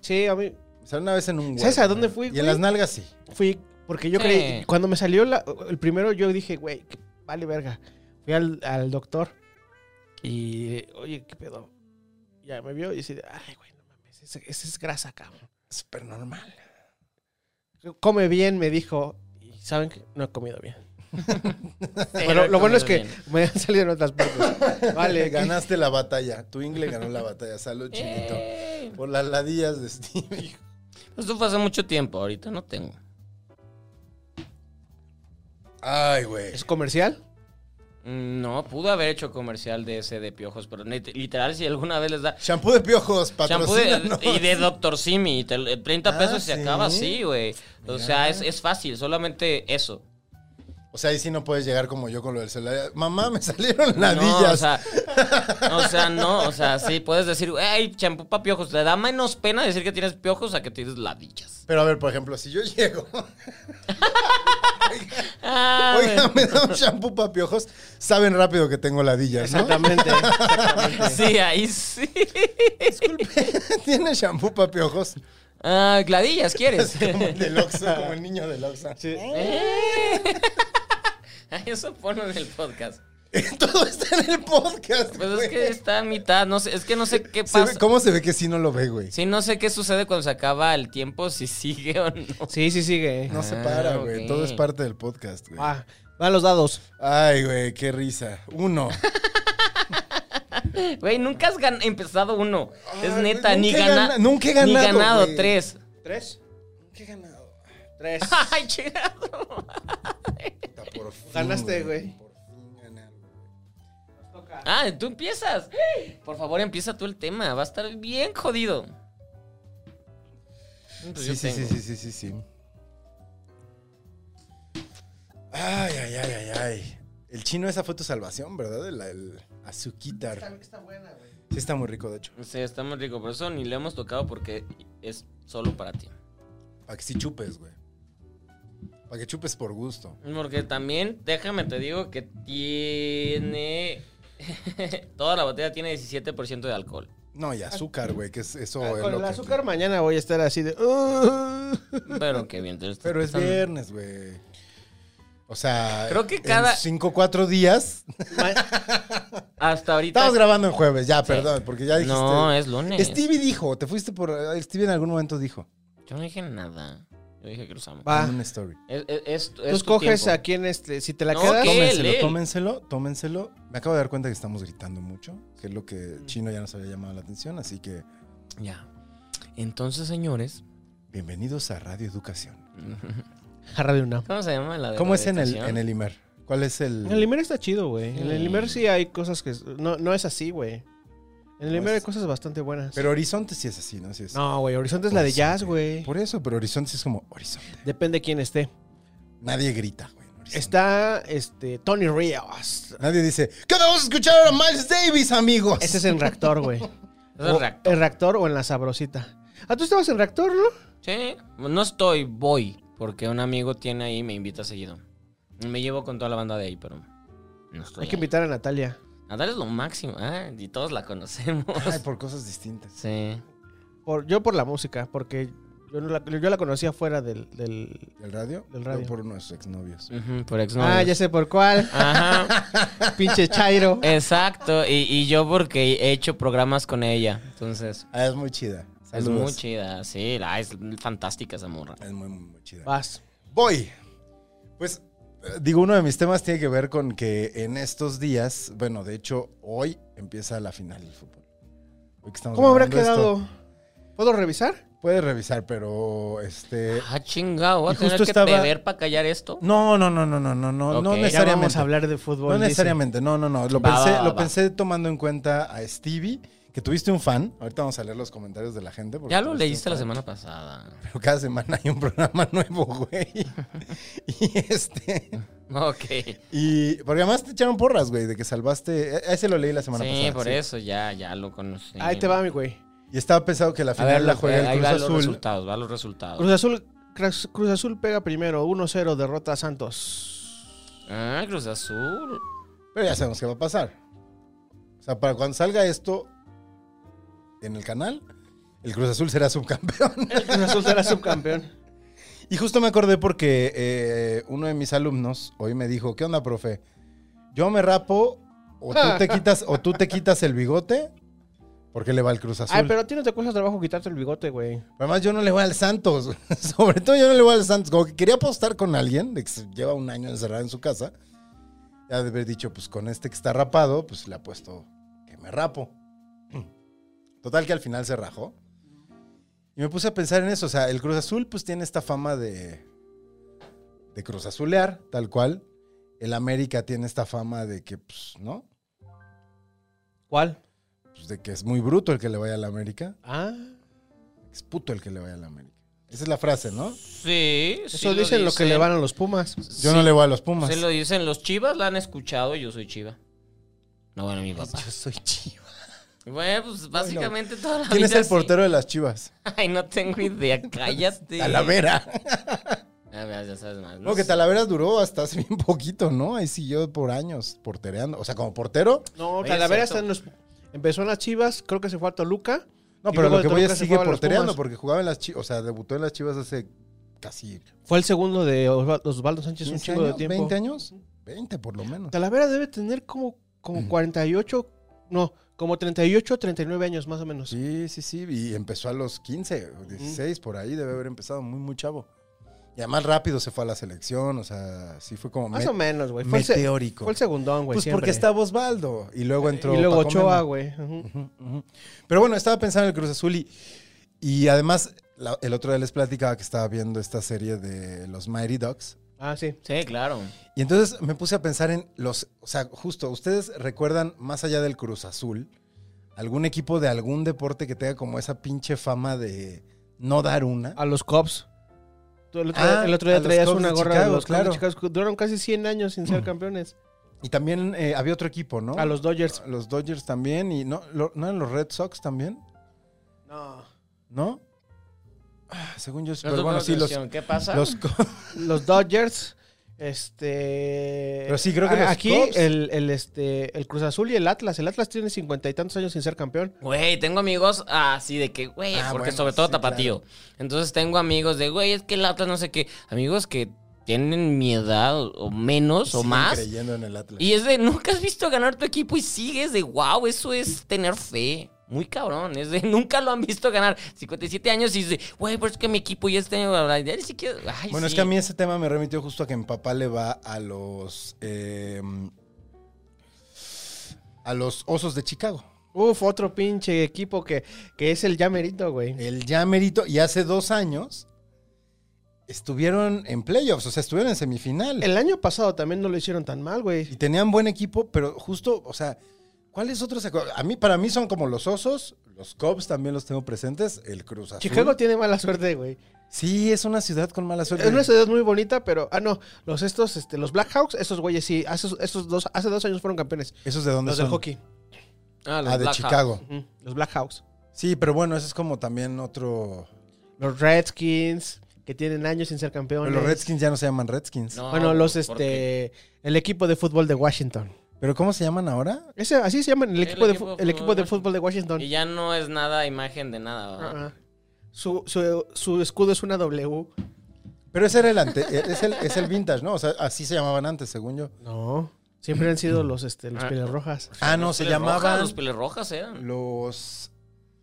Sí, a mí O sea, una vez en un huevo. ¿Sabes a dónde fui, Y güey? en las nalgas sí. fui, porque yo Sí. creí, cuando me salió la- el primero, yo dije, güey, que vale verga. Fui al, al doctor y, oye, ¿qué pedo? Ya me vio y dice, ay, güey, no mames, esa esa es grasa, cabrón. Súper normal. Come bien, me dijo. Y saben que no he comido bien. Sí, Bueno, no lo he bueno es que comido bien. me han salido en otras partes. Vale, ganas. ganaste la batalla. Tu ingle ganó la batalla. Salud, chinito. Eh, Por las ladillas de Steve. Esto fue hace mucho tiempo, ahorita no tengo. Ay, güey. ¿Es comercial? Mm, No, pude haber hecho comercial de ese de piojos, pero net- literal, si alguna vez les da. Shampoo de piojos, Shampoo de- patrocina. y de Dr. Simi, te- 30 Ah, pesos y se ¿sí? acaba así, güey. O sea, es, es fácil, solamente eso. O sea, ahí sí no puedes llegar como yo con lo del celular. Mamá, me salieron ladillas. No, o sea, o sea, no, o sea, sí, puedes decir, ay, champú para piojos. Te da menos pena decir que tienes piojos a que tienes ladillas. Pero a ver, por ejemplo, si yo llego, Ah, oiga, me da un shampoo para piojos, saben rápido que tengo ladillas, ¿no? Exactamente. güey. Sí, ahí sí. Tiene shampoo para piojos. Ah, ladillas, ¿quieres? Como el del Oxxo, como el niño del Oxxo. Eh. Ay, Eso ponlo en el podcast. Todo está en el podcast, Pues güey. es que está a mitad, no sé, es que no sé qué Se ve- pasa. ¿Cómo se ve que sí no lo ve, güey? Sí, no sé qué sucede cuando se acaba el tiempo, si sigue o no. Sí, sí, sigue. No se Ah, para, güey. ok. Ah. Todo es parte del podcast, güey. Va, va los dados. Ay, güey, qué risa. Uno. Güey, nunca has gan- empezado uno. es Ay, neta, güey, ni, nunca he gana- gana- nunca he ganado, ni ganado güey. tres. ¿Tres? ¿Qué he ganado? Tres. Ay, chingado. Puta, por fin, Ganaste, güey. Por fin gané algo. Ah, tú empiezas. Por favor, empieza tú el tema. Va a estar bien jodido. Pues Sí, sí, yo sí, tengo. sí, sí, sí, sí. Ay, ay, ay, ay, ay. El chino, esa fue tu salvación, ¿verdad? El, el azuquitar. Está, buena, güey. Sí, está muy rico, de hecho. Sí, está muy rico, pero eso ni le hemos tocado porque es solo para ti. Para que sí chupes, güey. Para que chupes por gusto. Porque también, déjame te digo que tiene. Toda la botella tiene 17% de alcohol. No, y azúcar, güey, que es, eso es Ah, Con lo el que- azúcar mañana voy a estar así de... "Uh". Pero qué bien. te lo estoy Pero es pasando. viernes, güey. O sea, Creo que cada- en cinco o cuatro días. Hasta ahorita. Estamos grabando en jueves, ya, perdón, porque ya dijiste. No, es lunes. Stevie dijo, te fuiste por. Stevie en algún momento dijo. Yo no dije nada. Yo dije que los amo. Va. En una story. Es, es- es- Tú es tu escoges tiempo. a quién, este, si te la No, quedas... ¿qué? Él, Tómenselo, él. tómenselo, tómenselo. Me acabo de dar cuenta que estamos gritando mucho, que es lo Mm. que Chino ya nos había llamado la atención, así que Ya. Entonces, señores. bienvenidos a Radio Educación. Jarra de una. ¿Cómo se llama la de ¿Cómo es en el, rehabilitación? en el Imer? ¿Cuál es el...? En el Limer está chido, güey. En el Sí. Limer sí hay cosas que... No, no es así, güey. En el Limer hay cosas bastante buenas. Pero Horizonte sí es así, ¿no? Sí es- No, güey, Horizonte es la de jazz, güey. Por eso, pero Horizonte sí es como Horizonte. Depende quién esté. Nadie grita, güey. en Horizonte. Está este Tony Rios. Nadie dice, ¿qué vamos a escuchar a Miles Davis, amigos? Ese es en Reactor, güey. Es el O- reac- En Reactor o en la Sabrosita. Ah, tú estabas en Reactor, ¿no? Sí. No estoy, voy. Porque un amigo tiene ahí y me invita seguido. Y Me llevo con toda la banda de ahí, pero. No estoy. Hay ahí. que invitar a Natalia. Nadal es lo máximo. Ah, y todos la conocemos. Ah, Ay, por cosas distintas. Sí. Por, yo por la música, porque yo, no la, yo la conocía fuera del... del- ¿El radio? El radio. Yo por uno de sus exnovios. Ujú, por ex ah, ya sé por cuál. Ajá. Pinche Chairo. Exacto. Y, y yo porque he hecho programas con ella. Entonces. Ah, es muy chida. Es Saludos. muy chida, sí, la- es fantástica esa morra. Es muy, muy, muy Ah, chida. Vas. Voy. Pues eh, digo, uno de mis temas tiene que ver con que en estos días, bueno, de hecho, hoy empieza la final del fútbol. Hoy que estamos ¿Cómo habrá grabando esto. quedado? ¿Puedo revisar? Puedes revisar, pero este. Ah, chingado, voy a Y tener que justo estaba- beber para callar esto. No, no, no, no, no, no, no, Ok. no Ya Ya necesariamente. vamos a hablar de fútbol. no dice. necesariamente, no, no, no. Lo Va, pensé, va, lo va. pensé tomando en cuenta a Stevie, que tuviste un fan. Ahorita vamos a leer los comentarios de la gente. porque Ya lo tuviste un leíste la fan. semana pasada. Pero cada semana hay un programa nuevo, güey. Y este. Ok. Y. Porque además te echaron porras, güey, de que salvaste. e- Ese lo leí la semana pasada. Sí, por eso ya, ya lo conocí. Ahí te va, mi güey. Y estaba pensado que la A final ver, la lo- eh, juega ahí el Cruz van los Azul. resultados, va los resultados. Cruz Azul, Cruz, Cruz Azul pega primero, 1-0, derrota a Santos. Ah, Cruz Azul. Pero ya sabemos qué va a pasar. O sea, para cuando salga esto en el canal, el Cruz Azul será subcampeón. El Cruz Azul será subcampeón. Y justo me acordé porque eh, uno de mis alumnos hoy me dijo, ¿qué onda, profe? Yo me rapo o tú te quitas, o tú te quitas el bigote porque le va al Cruz Azul. Ay, pero a ti no te cuesta trabajo quitarte el bigote, güey. Además, yo no le voy al Santos. Sobre todo yo no le voy al Santos. Como que quería apostar con alguien de que se lleva un año encerrado en su casa. Ya de haber dicho, pues con este que está rapado, pues le apuesto que me rapo. Total que al final se rajó. Y me puse a pensar en eso. O sea, el Cruz Azul pues tiene esta fama de, de Cruz Azulear, tal cual. El América tiene esta fama de que, pues, ¿no? ¿Cuál? Pues de que es muy bruto el que le vaya al América. Ah. Es puto el que le vaya al América. Esa es la frase, ¿no? Sí, sí Eso dicen lo que le van a los Pumas. Yo no le voy a los Pumas. Se lo dicen los chivas, la han escuchado, yo soy chiva. No, bueno, mi papá. Yo soy chiva. Bueno, pues básicamente toda la ¿Quién es vida el sí. portero de las chivas? Ay, no tengo idea, cállate. Talavera. A ver, ya sabes más. No, que Talavera duró hasta hace bien poquito, ¿no? Ahí siguió por años portereando. O sea, como portero. No, Oye, Talavera es está cierto. en los. Empezó en las Chivas, creo que se fue a Toluca. No, Y pero lo luego de que voy Toluca es se sigue fue a los portereando Pumas. porque jugaba en las chivas. O sea, debutó en las chivas hace casi Fue el segundo de Osva- Osvaldo Sánchez un 15 chingo de años, tiempo. 20 años. 20 por lo menos. Talavera debe tener como, como 48, no, como 38, 39 años más o menos. Sí, sí, sí. Y empezó a los 15, o 16, por ahí debe haber empezado muy, muy chavo. Y además rápido se fue a la selección. O sea, sí fue como más me- o menos, güey. Fue, el se- meteórico. fue el segundón, güey. Pues siempre. Eh, porque estaba Osvaldo. Y luego entró. Y luego Paco Ochoa, Memo. güey. Ujú. Ujú, ujú. Pero bueno, estaba pensando en el Cruz Azul y, y además la- el otro día les platicaba que estaba viendo esta serie de los Mighty Ducks. Ah, sí. Sí, claro. Y entonces me puse a pensar en los, o sea, justo, ¿ustedes recuerdan más allá del Cruz Azul algún equipo de algún deporte que tenga como esa pinche fama de no dar una? A los Cops. Tú el otro, Ah, día, el otro día a los traías Cubs una de gorra Chicago, de los Cubs claro. de Chicago. que Duraron casi 100 años sin ser campeones. Y también eh, había otro equipo, ¿no? A los Dodgers. los Dodgers también y no, lo- no eran los Red Sox también, No. ¿no? Ah, Según yo, Nosotros pero bueno, nos sí, los, decían, ¿Qué pasa? los, Los Dodgers. Este. Pero sí, creo que a- los Aquí Cubs. el, el, este, el Cruz Azul y el Atlas. El Atlas tiene cincuenta y tantos años sin ser campeón. Güey, tengo amigos así de que, güey, Ah, porque bueno, sobre todo sí, tapatío. Entonces tengo amigos de, güey, es que el Atlas no sé qué. Amigos que tienen mi edad o menos o Siguen más. creyendo en el Atlas. Y es de, nunca has visto ganar tu equipo y sigues de, wow, eso es tener fe. Muy cabrón, es de, nunca lo han visto ganar. 57 años y dice, güey, pero es que mi equipo ya está... Ya ni siquiera... Ay, bueno, es sí. que a mí ese tema me remitió justo a que mi papá le va a los eh, a los osos de Chicago. Uf, otro pinche equipo que, que es el llamerito, güey. El ya merito, y hace dos años estuvieron en playoffs, o sea, estuvieron en semifinal. El año pasado también no lo hicieron tan mal, Y güey. tenían buen equipo, pero justo, o sea, ¿cuáles otros? se acu- A mí, para mí son como los osos, los Cubs también los tengo presentes, el Cruz Azul. Chicago tiene mala suerte, güey. Sí, es una ciudad con mala suerte. Es una ciudad muy bonita, pero. Ah, no. Los estos, este, los Blackhawks, esos güeyes sí. Hace, esos dos, hace dos años fueron campeones. ¿Esos de dónde Los son? del hockey. Ah, los Ah, de Blackhawks. Chicago. Ujú, Los Blackhawks. Sí, pero bueno, eso es como también otro... Los Redskins, que tienen años sin ser campeones. Pero los Redskins Ah, ya no se llaman Redskins. No, Bueno, los ¿por qué? este. El equipo de fútbol de Washington. ¿Pero cómo se llaman ahora? Ese, así se llaman el equipo, de, equipo de fu- el fútbol equipo de de fútbol de Washington. Y ya no es nada imagen de nada, ¿verdad? Ah, ah. Su, su- su escudo es una W. Pero ese era el ante, e-, es el, es el vintage, ¿no? O sea, así se llamaban antes, según yo. No. Siempre han sido los, este, los Ah. pieles rojas. Mm. Ah, no, Los se Piles Rojas, llamaban los Piles Rojas eran. los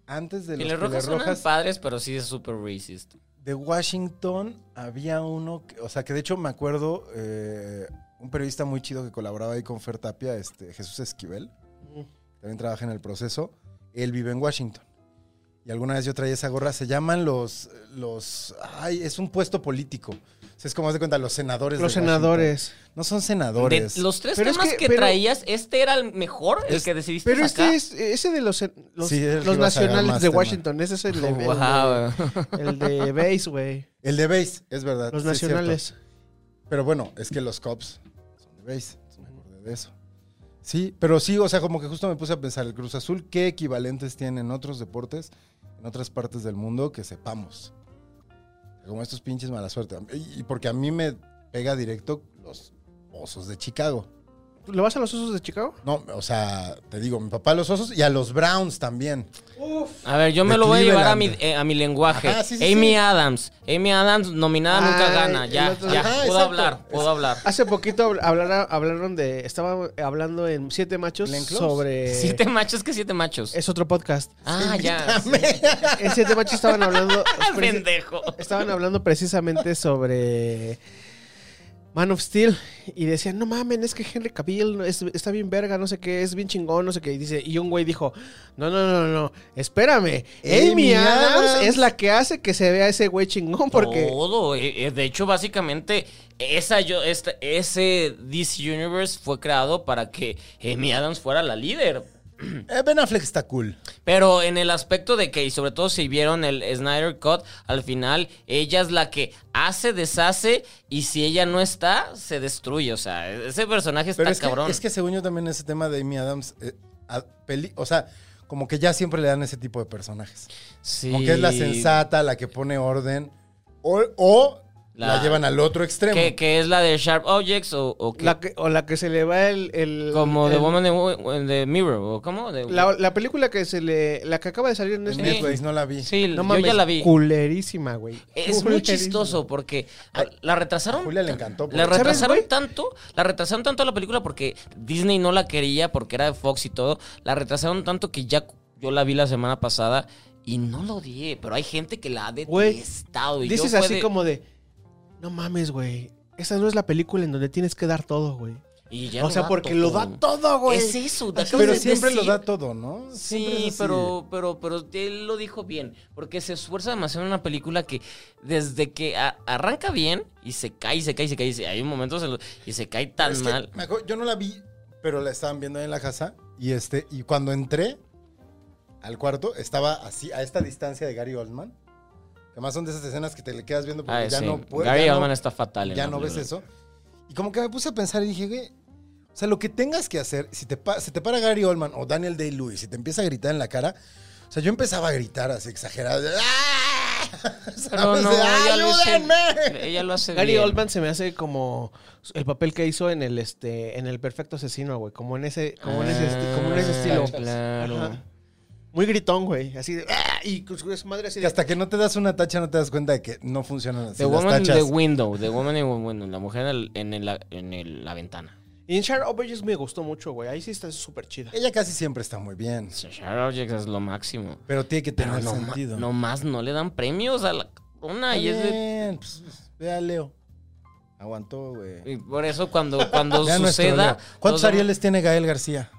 antes de los Piles Rojas Piles son Rojas padres, pero sí es súper racist. de Washington había uno, que- o sea, que de hecho me acuerdo eh, un periodista muy chido que colaboraba ahí con Fer Tapia, este Jesús Esquivel, también trabaja en el proceso, él vive en Washington. Y alguna vez yo traía esa gorra. Se llaman los. los ay, es un puesto político. O sea, es como haz de cuenta, los senadores. Los de Washington. senadores. No son De senadores. los tres Pero es temas que- que, pero- traías, ¿este era el mejor? El Es- que decidiste Pero sacar. este es, ese de los, los, Sí, es el que los iba a sacar nacionales más de tema. Washington, ese es el de, Wow. el de, el de base, güey. El de base, es verdad. Los sí es cierto. nacionales. Pero bueno, es que los cops son de base. entonces Me acordé de eso. Sí, pero sí, o sea, como que justo me puse a pensar, el Cruz Azul, ¿qué equivalentes tiene en otros deportes, en otras partes del mundo que sepamos? Como estos pinches mala suerte. Y y porque a mí me pega directo los osos de Chicago. ¿Tú ¿Le vas a los osos de Chicago? No, o sea, te digo, mi papá a los osos y a los Browns también. A ver, yo De me lo voy a llevar a mi, Cleveland. eh, a mi lenguaje. Ajá, sí, sí, Amy sí. Adams. Amy Adams, nominada nunca Ay, gana. Ya, el otro- ya. Ajá, puedo exacto. hablar, puedo hablar. Hace poquito habl- hablara- hablaron de. Estaba hablando en Siete Machos ¿Glenn Close? sobre. Siete machos que siete machos. Es otro podcast. ah, ya. sí. En Siete Machos estaban hablando. Ah, preci- Pendejo. estaban hablando precisamente sobre. Man of Steel. Y decían, no mamen, es que Henry Cavill es- está bien verga, no sé qué, es bien chingón, no sé qué. Y, dice, y un güey dijo, no, no, no, no, no, espérame. Amy, Amy Adams, Adams. es la que hace que se vea ese güey chingón porque... Todo. eh, eh, De hecho, básicamente, esa yo, esta, ese DC Universe fue creado para que Amy Adams fuera la líder. Eh, ben Affleck está cool. Pero en el aspecto de que, y sobre todo si vieron el Snyder Cut, al final ella es la que hace, deshace, y si ella no está, se destruye. O sea, ese personaje está Pero es cabrón. que, es que según yo también ese tema de Amy Adams, eh, a- peli- o sea, como que ya siempre le dan ese tipo de personajes. Sí. Como que es la sensata, la que pone orden, o, o la, La- llevan al otro extremo. Que, que es la de Sharp Objects o, o que- La que- o la que se le va el... el- como The el- Woman in the Mirror o cómo de- La, la película que se le. La que acaba de salir en En Netflix, güey. Netflix no la vi. sí, No yo mames, ya la vi. Culerísima, güey. Es muy Culerísima. chistoso porque ah, la A retrasaron. Julia le encantó. La porque- retrasaron güey? tanto, la retrasaron tanto la película porque Disney no la quería porque era de Fox y todo. La retrasaron tanto que ya cu- yo la vi la semana pasada y no lo odié, pero hay gente que la ha Güey, detestado. y yo Dices fue así de- como de. No mames, güey. Esa no es la película en donde tienes que dar todo, güey. y ya o no sea, porque lo da todo, güey. Es eso, te acabas Pero de siempre lo decir. da todo, ¿no? Siempre es Sí, así. pero, pero, pero él lo dijo bien, porque se esfuerza demasiado en una película que desde que a- arranca bien y se cae, y se cae, y se cae, y se- hay momentos en los- y se cae tan Es que mal. me acuerdo- yo no la vi, pero la estaban viendo ahí en la casa. Y este, y cuando entré al cuarto, estaba así, a esta distancia de Gary Oldman. Que más son de esas escenas que te le quedas viendo porque Ay, ya Ah, sí. no puedes. Gary ya no- Oldman está fatal. en ya la no ves película. eso. Y como que me puse a pensar y dije, güey, o sea, lo que tengas que hacer, si te, pa- se te para Gary Oldman o Daniel Day-Lewis y te empieza a gritar en la cara, o sea, yo empezaba a gritar así exagerado. de, ¡Ah! ¿Sabes? Pero no, De, ella lo hace- ¡Ayúdenme! Ella lo hace Gary bien. Oldman se me hace como el papel que hizo en el este en el perfecto asesino, güey, como en ese como en ese, esti- como en ese Ah, estilo. Claro. Ajá. Muy gritón, güey, así de, "Ah", y con su su madre así Que de, hasta que no te das una tacha no te das cuenta de que no funcionan así The las Woman in the tachas. Window, The Woman in the Window, la mujer en, el- en el- en el- la ventana. Y en Shadow Overjes me gustó mucho, güey. Ahí sí está súper chida. Ella casi siempre está muy bien, Shadow Objects es lo máximo. pero tiene que Pero tener no, ma- sentido. nomás no le dan premios a la una Está y es de bien, pues, ve a Leo. Aguantó, güey. Y por eso cuando, cuando Vea nuestro suceda... Leo. ¿Cuántos los- Arieles tiene Gael García?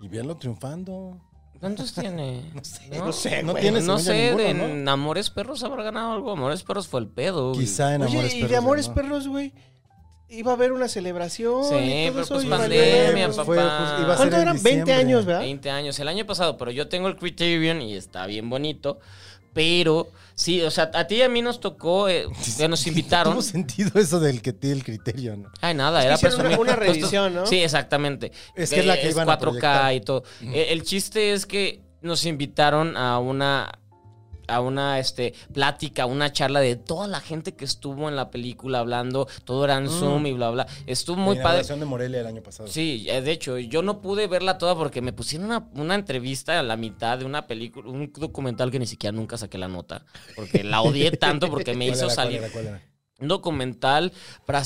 Y véanlo triunfando. ¿Cuántos tiene? No sé. No, sé, no güey. tiene No según sé, yo de ninguno, ¿no? en Amores Perros habrá ganado algo. Amores Perros fue el pedo. güey. Quizá en Oye, Amores y Perros. de Amores ganó. Perros, güey. Iba a haber una celebración. Sí, y todo pero eso, pues y pandemia, valió, papá. fue justo- iba a ¿Cuánto ser en eran? 20 diciembre. años, ¿verdad? 20 años, el año pasado, pero yo tengo el Criterion y está bien bonito. Pero, sí, o sea, a ti y a mí nos tocó, eh, ya nos invitaron. Tuvo sentido eso del que tiene el criterio, ¿no? Ay, nada, era hicieron presumir. una- una Pues, revisión, ¿no? Sí, exactamente. Es que es la que iban a 4K proyectar. y todo. Eh, El chiste es que nos invitaron a una a una este plática, una charla de toda la gente que estuvo en la película hablando, todo era en Mm. Zoom y bla bla. Estuvo muy la padre. inauguración de Morelia el año pasado. Sí, eh, de hecho, yo no pude verla toda porque me pusieron una, una entrevista a la mitad de una película, un documental que ni siquiera nunca saqué la nota, porque la odié tanto porque me ¿Cuál hizo era, cuál salir era, cuál era? un documental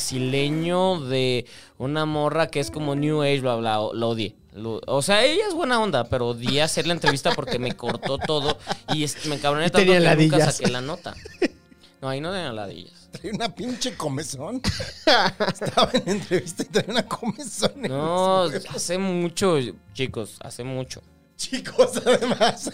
brasileño de una morra que es como New Age, bla, bla, o- lo odié. Lo- o sea, ella es buena onda, pero odié hacer la entrevista porque me cortó todo y es- me encabroné Y tanto que tenía nunca ladillas. saqué la nota. No, ahí no tenía ladillas. Traía una pinche comezón. Estaba en entrevista y traía una comezón. en No, los huevos. hace mucho, chicos, hace mucho. chicos, además.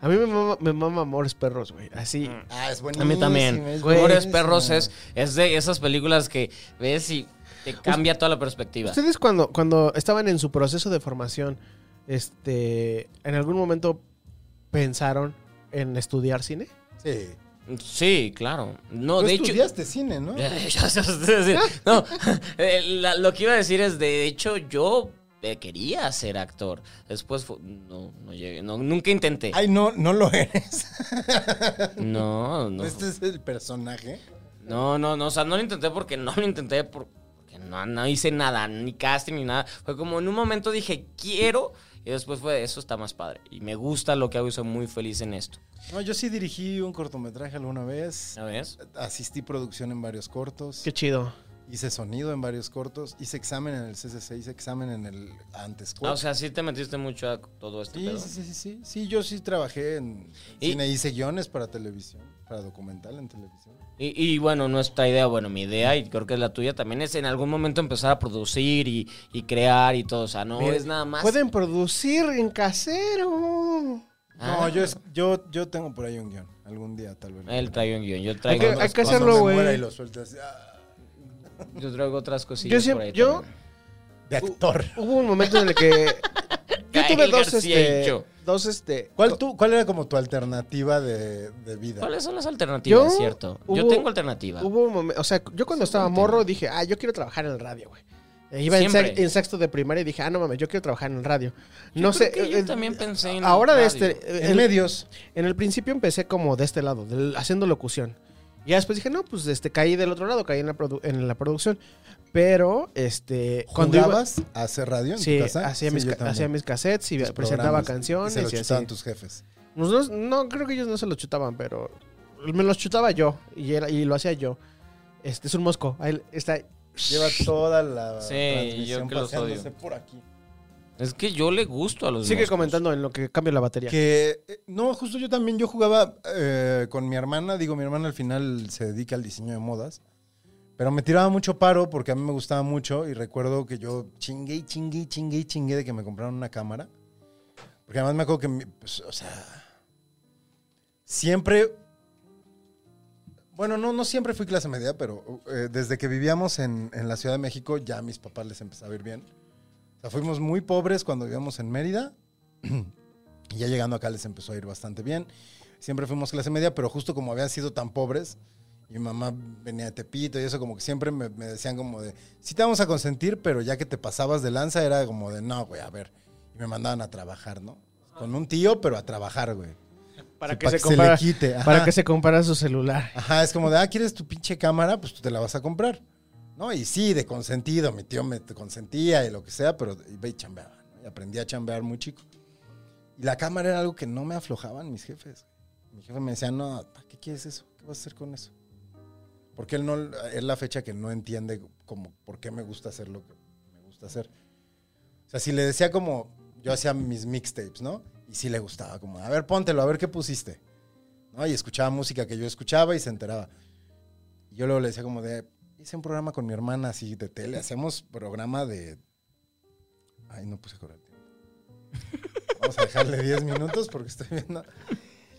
A mí me mama, me mama Amores Perros, güey. Así. Mm. Ah, es A buenísimo. mí también. es Güey. Amores buenísimo. Perros es, es de esas películas que ves y te cambia toda la perspectiva. Ustedes cuando, cuando estaban en su proceso de formación, este, ¿en algún momento pensaron en estudiar cine? Sí. Sí, claro. No, Tú de hecho. estudiaste cine, ¿no? Eh, ya sé, es decir, no, eh, la- lo que iba a decir es, de hecho, yo eh, quería ser actor. Después fu- no, no llegué, no, nunca intenté. Ay, no, no lo eres. No, no, Este es el personaje. no, no, no, o sea, no lo intenté porque no lo intenté por- porque no, no hice nada, ni casting ni nada. Fue como en un momento dije, quiero, y después fue, eso está más padre. Y me gusta lo que hago y soy muy feliz en esto. No, yo sí dirigí un cortometraje alguna vez. ¿Sabes? Asistí producción en varios cortos. Qué chido. Hice sonido en varios cortos. Hice examen en el CCC, hice examen en el antes. Ah, o sea, sí te metiste mucho a todo este Sí, pedo. sí, sí, sí, sí. Sí, yo sí trabajé en Y- cine, hice guiones para televisión, para documental en televisión. Y, y bueno, nuestra idea, bueno, mi idea, y creo que es la tuya también, es en algún momento empezar a producir y, y crear y todo. O sea, no Miren, es nada más. Pueden producir en casero. Ah, No, yo, es- yo, yo tengo por ahí un guión. Algún día, tal vez. Él trae un guión, yo Hay que, traigo, hay que Cuando hacerlo, me muera y güey. lo suelte así, ah, yo traigo otras Yo cosillas por siempre, ahí. yo también. de actor. hubo un momento en el que yo tuve Gael dos, García este, Hicho. dos, este, ¿Cuál, tú, ¿Cuál era como tu alternativa de, de vida? ¿Cuáles son las alternativas, Yo- cierto? yo hubo- tengo alternativa. Hubo un momento, o sea, yo cuando estaba morro dije, ah, yo quiero trabajar en el radio, güey. Eh, Iba en, Siempre. sex- en sexto de primaria y dije, ah, no mames, yo quiero trabajar en el radio. No sé. creo que yo eh, también pensé en Ahora de radio. este. eh, en el- medios. En el principio empecé como de este lado, del- haciendo locución. Y ya después dije, no, pues este, caí del otro lado, caí en la, produ- en la producción. Pero, este. Cuando iba- ¿Jugabas a hacer radio en Sí, tu casa? hacía, mis, yo ca- también. hacía mis cassettes y Tus presentaba programas. canciones. Y se los y así. chutaban tus jefes. Nosotros- no, creo que ellos no se los chutaban, pero me los chutaba yo y, era, y lo hacía yo. Este es un mosco. Ahí está. Lleva toda la Sí, transmisión yo que los odio. paseándose por aquí. Es que yo le gusto a los Sigue moscos. comentando en lo que cambio la batería. Que, eh, no, justo yo también, yo jugaba eh, con mi hermana, digo, mi hermana al final se dedica al diseño de modas, pero me tiraba mucho paro porque a mí me gustaba mucho y recuerdo que yo chingué, y chingué, y chingué, y chingué de que me compraron una cámara, porque además me acuerdo que, mi- pues, o sea, siempre, bueno, no, no siempre fui clase media, pero eh, desde que vivíamos en, en la Ciudad de México ya a mis papás les empezaba a ir bien. O sea, fuimos muy pobres cuando vivíamos en Mérida. Y ya llegando acá les empezó a ir bastante bien. Siempre fuimos clase media, pero justo como habían sido tan pobres, y mi mamá venía de Tepito y eso, como que siempre me, me decían como de, sí te vamos a consentir, pero ya que te pasabas de lanza era como de, no, güey, a ver. Y me mandaban a trabajar, ¿no? Con un tío, pero a trabajar, güey. para Sí, que para que se se compara, le quite, ajá. Para que se compara su celular. Ajá, es como de, ah, ¿quieres tu pinche cámara? Pues tú te la vas a comprar. ¿No? Y sí, de consentido, mi tío me consentía y lo que sea, pero iba y chambeaba. ¿no? Y aprendí a chambear muy chico. Y la cámara era algo que no me aflojaban mis jefes. Mi jefe me decía, no, ¿para qué quieres eso? ¿Qué vas a hacer con eso? Porque él no, es la fecha que no entiende como por qué me gusta hacer lo que me gusta hacer. O sea, si le decía como, yo hacía mis mixtapes, ¿no? Y sí le gustaba, como, a ver, póntelo, a ver qué pusiste. ¿no? Y escuchaba música que yo escuchaba y se enteraba. Y yo luego le decía como de, hice un programa con mi hermana así de tele, hacemos programa de... Ay, no puse correr. Vamos a dejarle 10 minutos porque estoy viendo.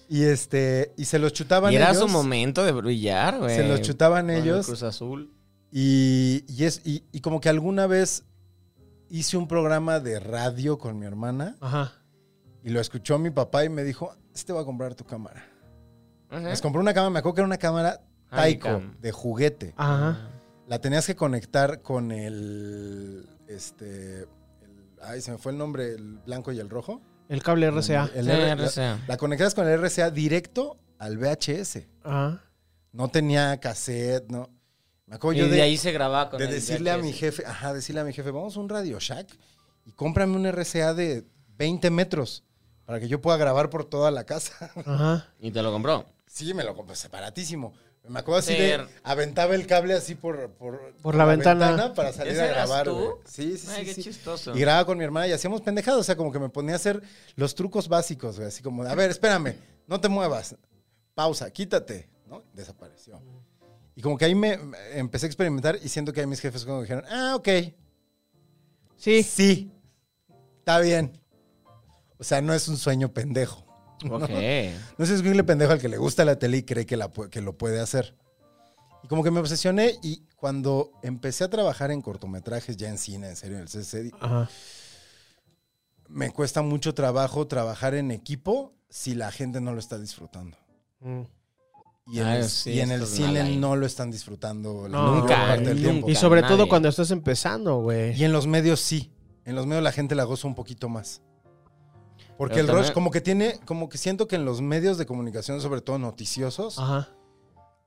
Y este, y se los chutaban Y era ellos. su momento de brillar, güey. se los chutaban Con el ellos. Cruz Azul. Y, y es, y, y como que alguna vez hice un programa de radio con mi hermana Ajá. y lo escuchó mi papá y me dijo, este va a comprar tu cámara. Ajá. Les compré una cámara, me acuerdo que era una cámara Taiko Handycam. de juguete. Ah. Ajá. La tenías que conectar con el, este, el- ay, se me fue el nombre, el blanco y el rojo. El cable RCA. El Sí, R- la, RCA. la conectabas con el RCA directo al VHS. Ajá. No tenía cassette, no. Me acuerdo Y yo de, ahí se grababa con de el decirle a mi VHS. jefe, ajá, decirle a mi jefe, vamos a un Radio Shack y cómprame un RCA de 20 metros para que yo pueda grabar por toda la casa. Ajá. Y te lo compró. sí, me lo compré separatísimo. Me acuerdo así Ser. de aventaba el cable así por, por, la ventana. para salir ¿Ese a eras grabar. tú? güey. Sí, sí, Ay, sí, qué sí. chistoso. Y grababa con mi hermana y hacíamos pendejadas, o sea, como que me ponía a hacer los trucos básicos, güey, así como, de, a ver, espérame, no te muevas, pausa, quítate, ¿no? Desapareció. Y como que ahí me me empecé a experimentar y siento que ahí mis jefes como que dijeron, ah, ok, Sí. Sí. Está bien. O sea, no es un sueño pendejo. Ok. No es un escuincle pendejo al que le gusta la tele y cree que, la pu- que lo puede hacer. Y como que me obsesioné y cuando empecé a trabajar en cortometrajes, ya en cine, en serio, en el E, CCD, Ajá. me cuesta mucho trabajo trabajar en equipo si la gente no lo está disfrutando. Mm. Y en Ah, el, sí, y en el esto es una cine line. no lo están disfrutando la No, mayor nunca, parte del tiempo. nunca. Y sobre todo nadie. cuando estás empezando, güey. Y en los medios sí. En los medios la gente la goza un poquito más. Porque Pero el también- rush, como que tiene, como que siento que en los medios de comunicación, sobre todo noticiosos, Ajá.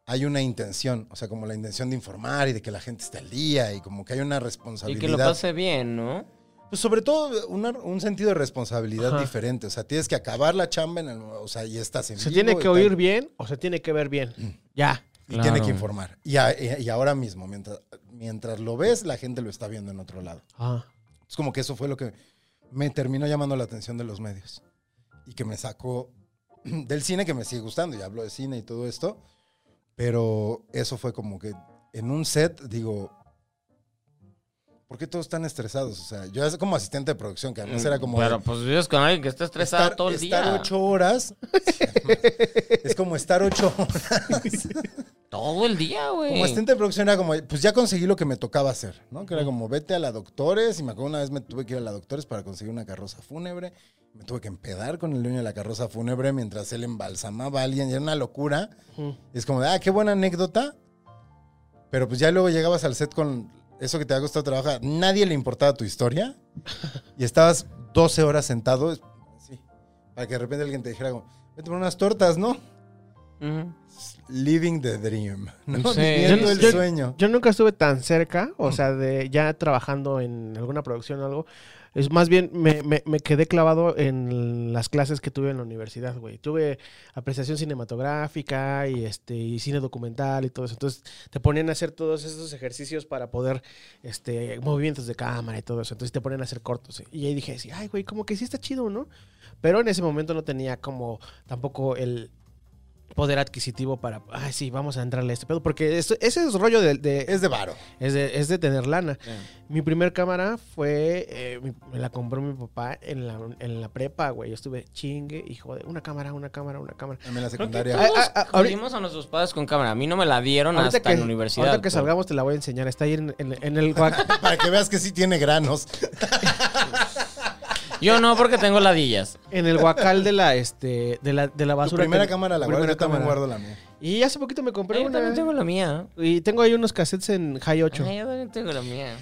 hay una intención. O sea, como la intención de informar y de que la gente esté al día y como que hay una Y responsabilidad. que lo pase bien, ¿no? Pues sobre todo una- un sentido de responsabilidad Ajá. diferente. O sea, tienes que acabar la chamba en el, o sea, y estás en ¿Se vivo tiene y que tal. Mm. oír bien o se tiene que ver bien? Ya. Y tiene Claro. que informar. Y, a- y ahora mismo, mientras, mientras lo ves, la gente lo está viendo en otro lado. Ajá. Es como que eso fue lo que me terminó llamando la atención de los medios. Y que me sacó del cine, que me sigue gustando, y hablo de cine y todo esto. Pero eso fue como que en un set, digo, ¿por qué todos están estresados? O sea, yo as- como asistente de producción, que además era como... de Pero pues vives con alguien que está estresado estar- todo el estar día. ocho horas. es como estar ocho horas. Todo el día, güey. Como asistente de producción era como, pues ya conseguí lo que me tocaba hacer, ¿no? Que era como, vete a la doctores. Y me acuerdo una vez me tuve que ir a la doctores para conseguir una carroza fúnebre. Me tuve que empedar con el dueño de la carroza fúnebre mientras él embalsamaba a alguien. Y era una locura. Y es como, de, ah, qué buena anécdota. Pero pues ya luego llegabas al set con eso que te ha costado trabajar. Nadie le importaba tu historia. Y estabas 12 horas sentado. es- Sí. Para que de repente alguien te dijera, como, vete por unas tortas, ¿no? Ujú. Living the dream. ¿no? Sí. Viviendo Yo- el yo- sueño. Yo nunca estuve tan cerca, Mm. o sea, de ya trabajando en alguna producción o algo. Es más bien, me, me- me quedé clavado en las clases que tuve en la universidad, güey. Tuve apreciación cinematográfica y este y cine documental y todo eso. Entonces, te ponían a hacer todos esos ejercicios para poder, este, movimientos de cámara y todo eso. Entonces, te ponían a hacer cortos. Y ahí dije, sí, ay, güey, como que sí está chido, ¿no? Pero en ese momento no tenía como tampoco el poder adquisitivo para, ay, sí, vamos a entrarle a este pedo. Porque eso- ese es rollo de, de- Es de varo. es de, es de tener lana. Sí. Mi primer cámara fue, eh, mi- me la compró mi papá en la, en la prepa, güey. Yo estuve chingue, hijo de, una cámara, una cámara, una cámara. A mí en la Ah, secundaria. ah, ah, ahorita- Cogimos a nuestros padres con cámara. A mí no me la dieron ahorita hasta en la universidad. ahorita que por- salgamos te la voy a enseñar. Está ahí en, en- en el guac- Para que veas que sí tiene granos. Yo no, porque tengo ladillas. en el guacal de la, este, de la, de la Tu basura. primera que- cámara la tu guardo, primera yo también cámara. guardo la mía. Y hace poquito me compré Ay, yo una. también tengo la mía. Y tengo ahí unos cassettes en High 8. Ay, yo también tengo la mía.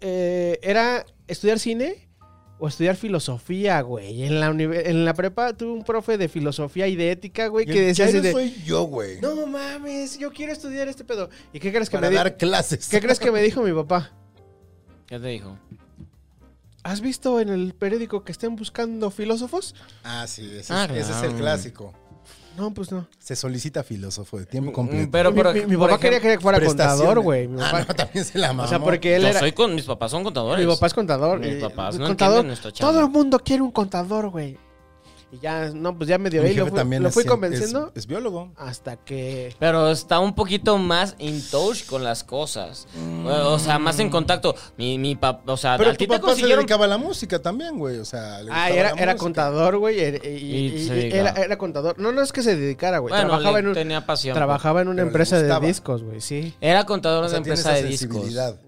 eh, era estudiar cine o estudiar filosofía, güey. En la, unive- en la prepa tuve un profe de filosofía y de ética, güey, que Y el decía así Chairo de, soy yo, güey. no mames, yo quiero estudiar este pedo. ¿Y qué crees que, para me, di- dar clases. ¿qué crees que me dijo mi papá? ¿Qué te dijo? ¿Has visto en el periódico que estén buscando filósofos? Ah, sí, ese, es- Ah, ese es claro. el clásico. No, pues no. Se solicita filósofo de tiempo completo. Mm, Pero, mi, por mi- ej- mi por papá quería ejemplo- que fuera Prestaciones. contador, güey. Mi Ah, papá- no, también se la mamó. o sea, porque él Yo era... soy con mis papás son contadores. Mi papá es contador. Mis eh, papás eh, no contador. entienden nuestro chavo. Todo el mundo quiere un contador, güey. Y ya, no, pues ya me dio Mi ahí. Lo jefe fui, lo fui es- convenciendo Es, es biólogo. hasta que... Pero está un poquito más in touch con las cosas. Mm. O sea, más en contacto. Mi, mi papá, o sea, Pero a tu ti te papá se consiguieron. dedicaba a la música también, güey. O sea, le gustaba Ah, era, la era música. contador, güey. era- y- y- Y se y- dedicaba. era, era contador. No, no es que se dedicara, güey. Bueno, trabajaba, le- en un- tenía pasión. trabajaba en una Pero le empresa de gustaba. discos, güey, sí. Era contador O sea, de tiene empresa esa de discos. sensibilidad.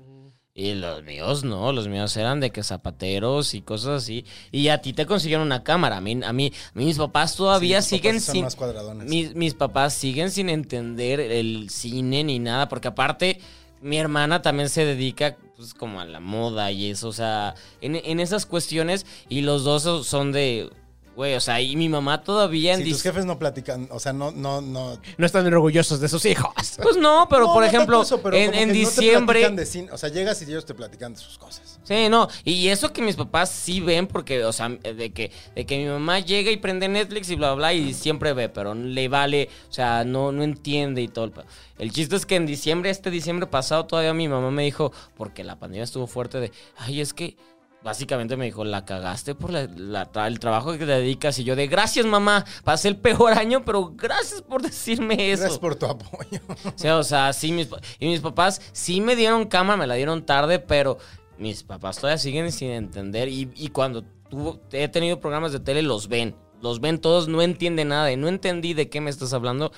Y los míos no, los míos eran de que zapateros y cosas así. Y a ti te consiguieron una cámara. A mí, a mí mis papás todavía Sí, tus siguen papás son sin. más cuadradones. Mis, mis papás siguen sin entender el cine ni nada, porque aparte mi hermana también se dedica pues como a la moda y eso, o sea, en, en esas cuestiones y los dos so- son de, güey, o sea, y mi mamá todavía en Si tus dis- jefes no platican, o sea, no, no, no. No están orgullosos de sus hijos. Pues no, pero No, por no ejemplo, tanto eso, pero en, como en que no te diciembre... platican de cine. O sea, llegas y ellos te platican de sus cosas. Sí, no, y eso que mis papás sí ven, porque, o sea, de que, de que mi mamá llega y prende Netflix y bla, bla, bla, y siempre ve, pero le vale, o sea, no, no entiende y todo. el pe- El chiste es que en diciembre, este diciembre pasado, todavía mi mamá me dijo, porque la pandemia estuvo fuerte, de, ay, es que, básicamente me dijo, la cagaste por la- la tra- el trabajo que te dedicas, y yo de, gracias mamá, pasé el peor año, pero gracias por decirme eso. Gracias por tu apoyo. O sea, o sea, sí, mis, pa- y mis papás sí me dieron cámara, me la dieron tarde, pero mis papás todavía siguen sin entender. Y, y cuando tú- he tenido programas de tele, los ven. Los ven todos, no entienden nada. Y no entendí de qué me estás hablando.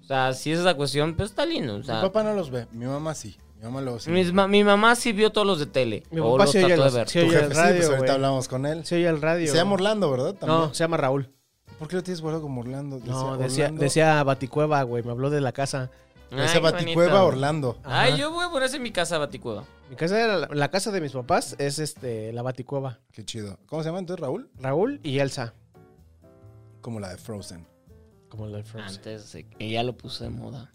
O sea, si es esa cuestión, pues está lindo. O sea, Mi papá no los ve, mi mamá sí. Mi mamá los sí. mis ma- mi mamá sí vio todos los de tele. Mi o papá los sí oye trató de los- ver. sí Tu oye jefe el sí, radio, pues ahorita güey. hablamos con él. Se oye el radio. Se llama güey. Orlando, ¿verdad? También. No, se llama Raúl. ¿Por qué lo tienes guardado como Orlando? No, decía, Orlando. decía Baticueva, güey. Me habló de la casa. Ay, Decía qué Baticueva bonito. Orlando. Ay, yo voy a ponerse en mi casa Baticueva. Mi casa era la, la casa de mis papás es este la Baticueva. Qué chido. ¿Cómo se llama entonces Raúl? Raúl y Elsa. Como la de Frozen. Como Ah, la de Pues Frozen. Antes de que ya lo puse de moda.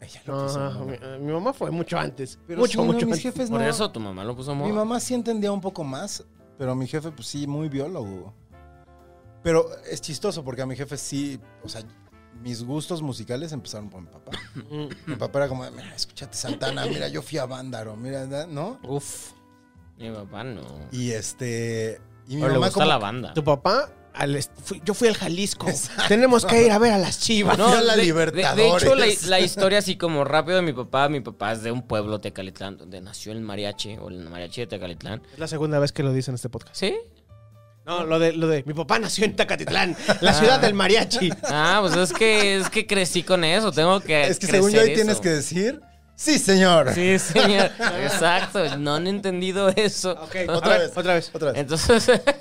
Ella lo No, puso, no, ¿no? mi, eh, mi mamá fue mucho antes. Pero mucho, sí, no, mucho mis antes. jefes Por Pues no. eso tu mamá lo puso de moda. Mi mamá sí entendía un poco más, pero mi jefe, pues sí, muy biólogo. Pero es chistoso porque a mi jefe sí, o sea, mis gustos musicales empezaron por mi papá. Mm. mi papá era como, mira, escúchate Santana, mira, yo fui a Bándaro, mira, da- ¿no? Uf. Mi papá no. Y este. Y mi Pero le mamá gusta como la banda. Tu papá, al est- fui- yo fui al Jalisco. Tenemos que ir a ver a las chivas. No, la de- de- De, Libertadores. hecho, la, la historia así como rápido de mi papá, mi papá es de un pueblo Tecalitlán, donde nació el mariachi, o el mariachi de Tecalitlán. Es la segunda vez que lo dicen en este podcast. ¿Sí? No, lo de, lo de mi papá nació en Tacatitlán, la ciudad del mariachi. Ah, pues es que es que crecí con eso, tengo que Es que según yo crecer ahí tienes eso. que decir, sí, señor. Sí, señor. Exacto, no han entendido eso. otra A ver, vez. Otra vez. Otra vez. Entonces,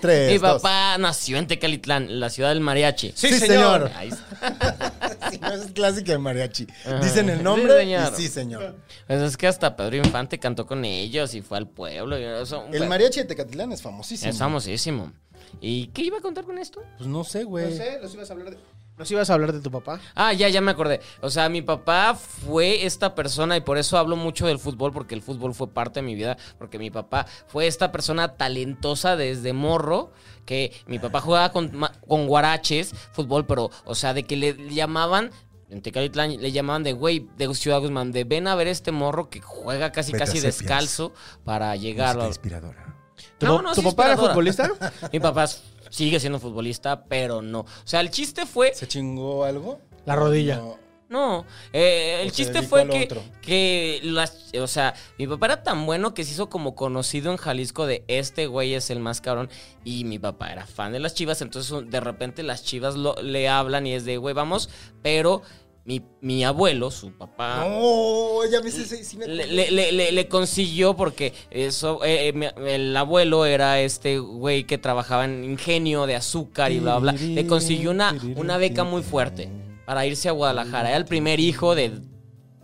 Tres. Eh, mi dos. papá nació en Tecalitlán, la ciudad del mariachi. Sí, señor. Ahí está. Sí, no, es clásica de mariachi. Ajá. Dicen el Sí, nombre señor. y sí, señor. Pues es que hasta Pedro Infante cantó con ellos y fue al pueblo. y eso, El bueno, mariachi de Tecatlán es famosísimo. Es famosísimo. ¿Y qué iba a contar con esto? Pues no sé, güey. No sé, nos ibas a hablar de, nos ibas a hablar de tu papá. Ah, ya, ya me acordé. O sea, mi papá fue esta persona y por eso hablo mucho del fútbol, porque el fútbol fue parte de mi vida, porque mi papá fue esta persona talentosa desde morro, que mi papá jugaba con, ma- con guaraches, fútbol, pero, o sea, de que le llamaban... En Tecalitlán le llamaban de güey, de Ciudad Guzmán, de ven a ver este morro que juega casi Vete a casi Cepias. descalzo para llegar. Música a- inspiradora. ¿Tu, No, pa- no, tu sí, papá era inspiradora. futbolista? Mi papá s- sigue siendo futbolista, pero no. O sea, el chiste fue. ¿Se chingó algo? La rodilla. No. No, eh, el O se chiste dedicó fue a lo que, otro. que las, o sea, mi papá era tan bueno que se hizo como conocido en Jalisco de este güey es el más cabrón y mi papá era fan de las Chivas, entonces un- de repente las Chivas lo- le hablan y es de güey vamos, pero mi, mi abuelo, su Ah. papá, No, ya me sé, sí me le, le- le- le- le consiguió porque eso eh, eh, mi- el abuelo era este güey que trabajaba en ingenio de azúcar y bla bla. bla. Le consiguió una, una beca muy fuerte para irse a Guadalajara. Era el primer hijo de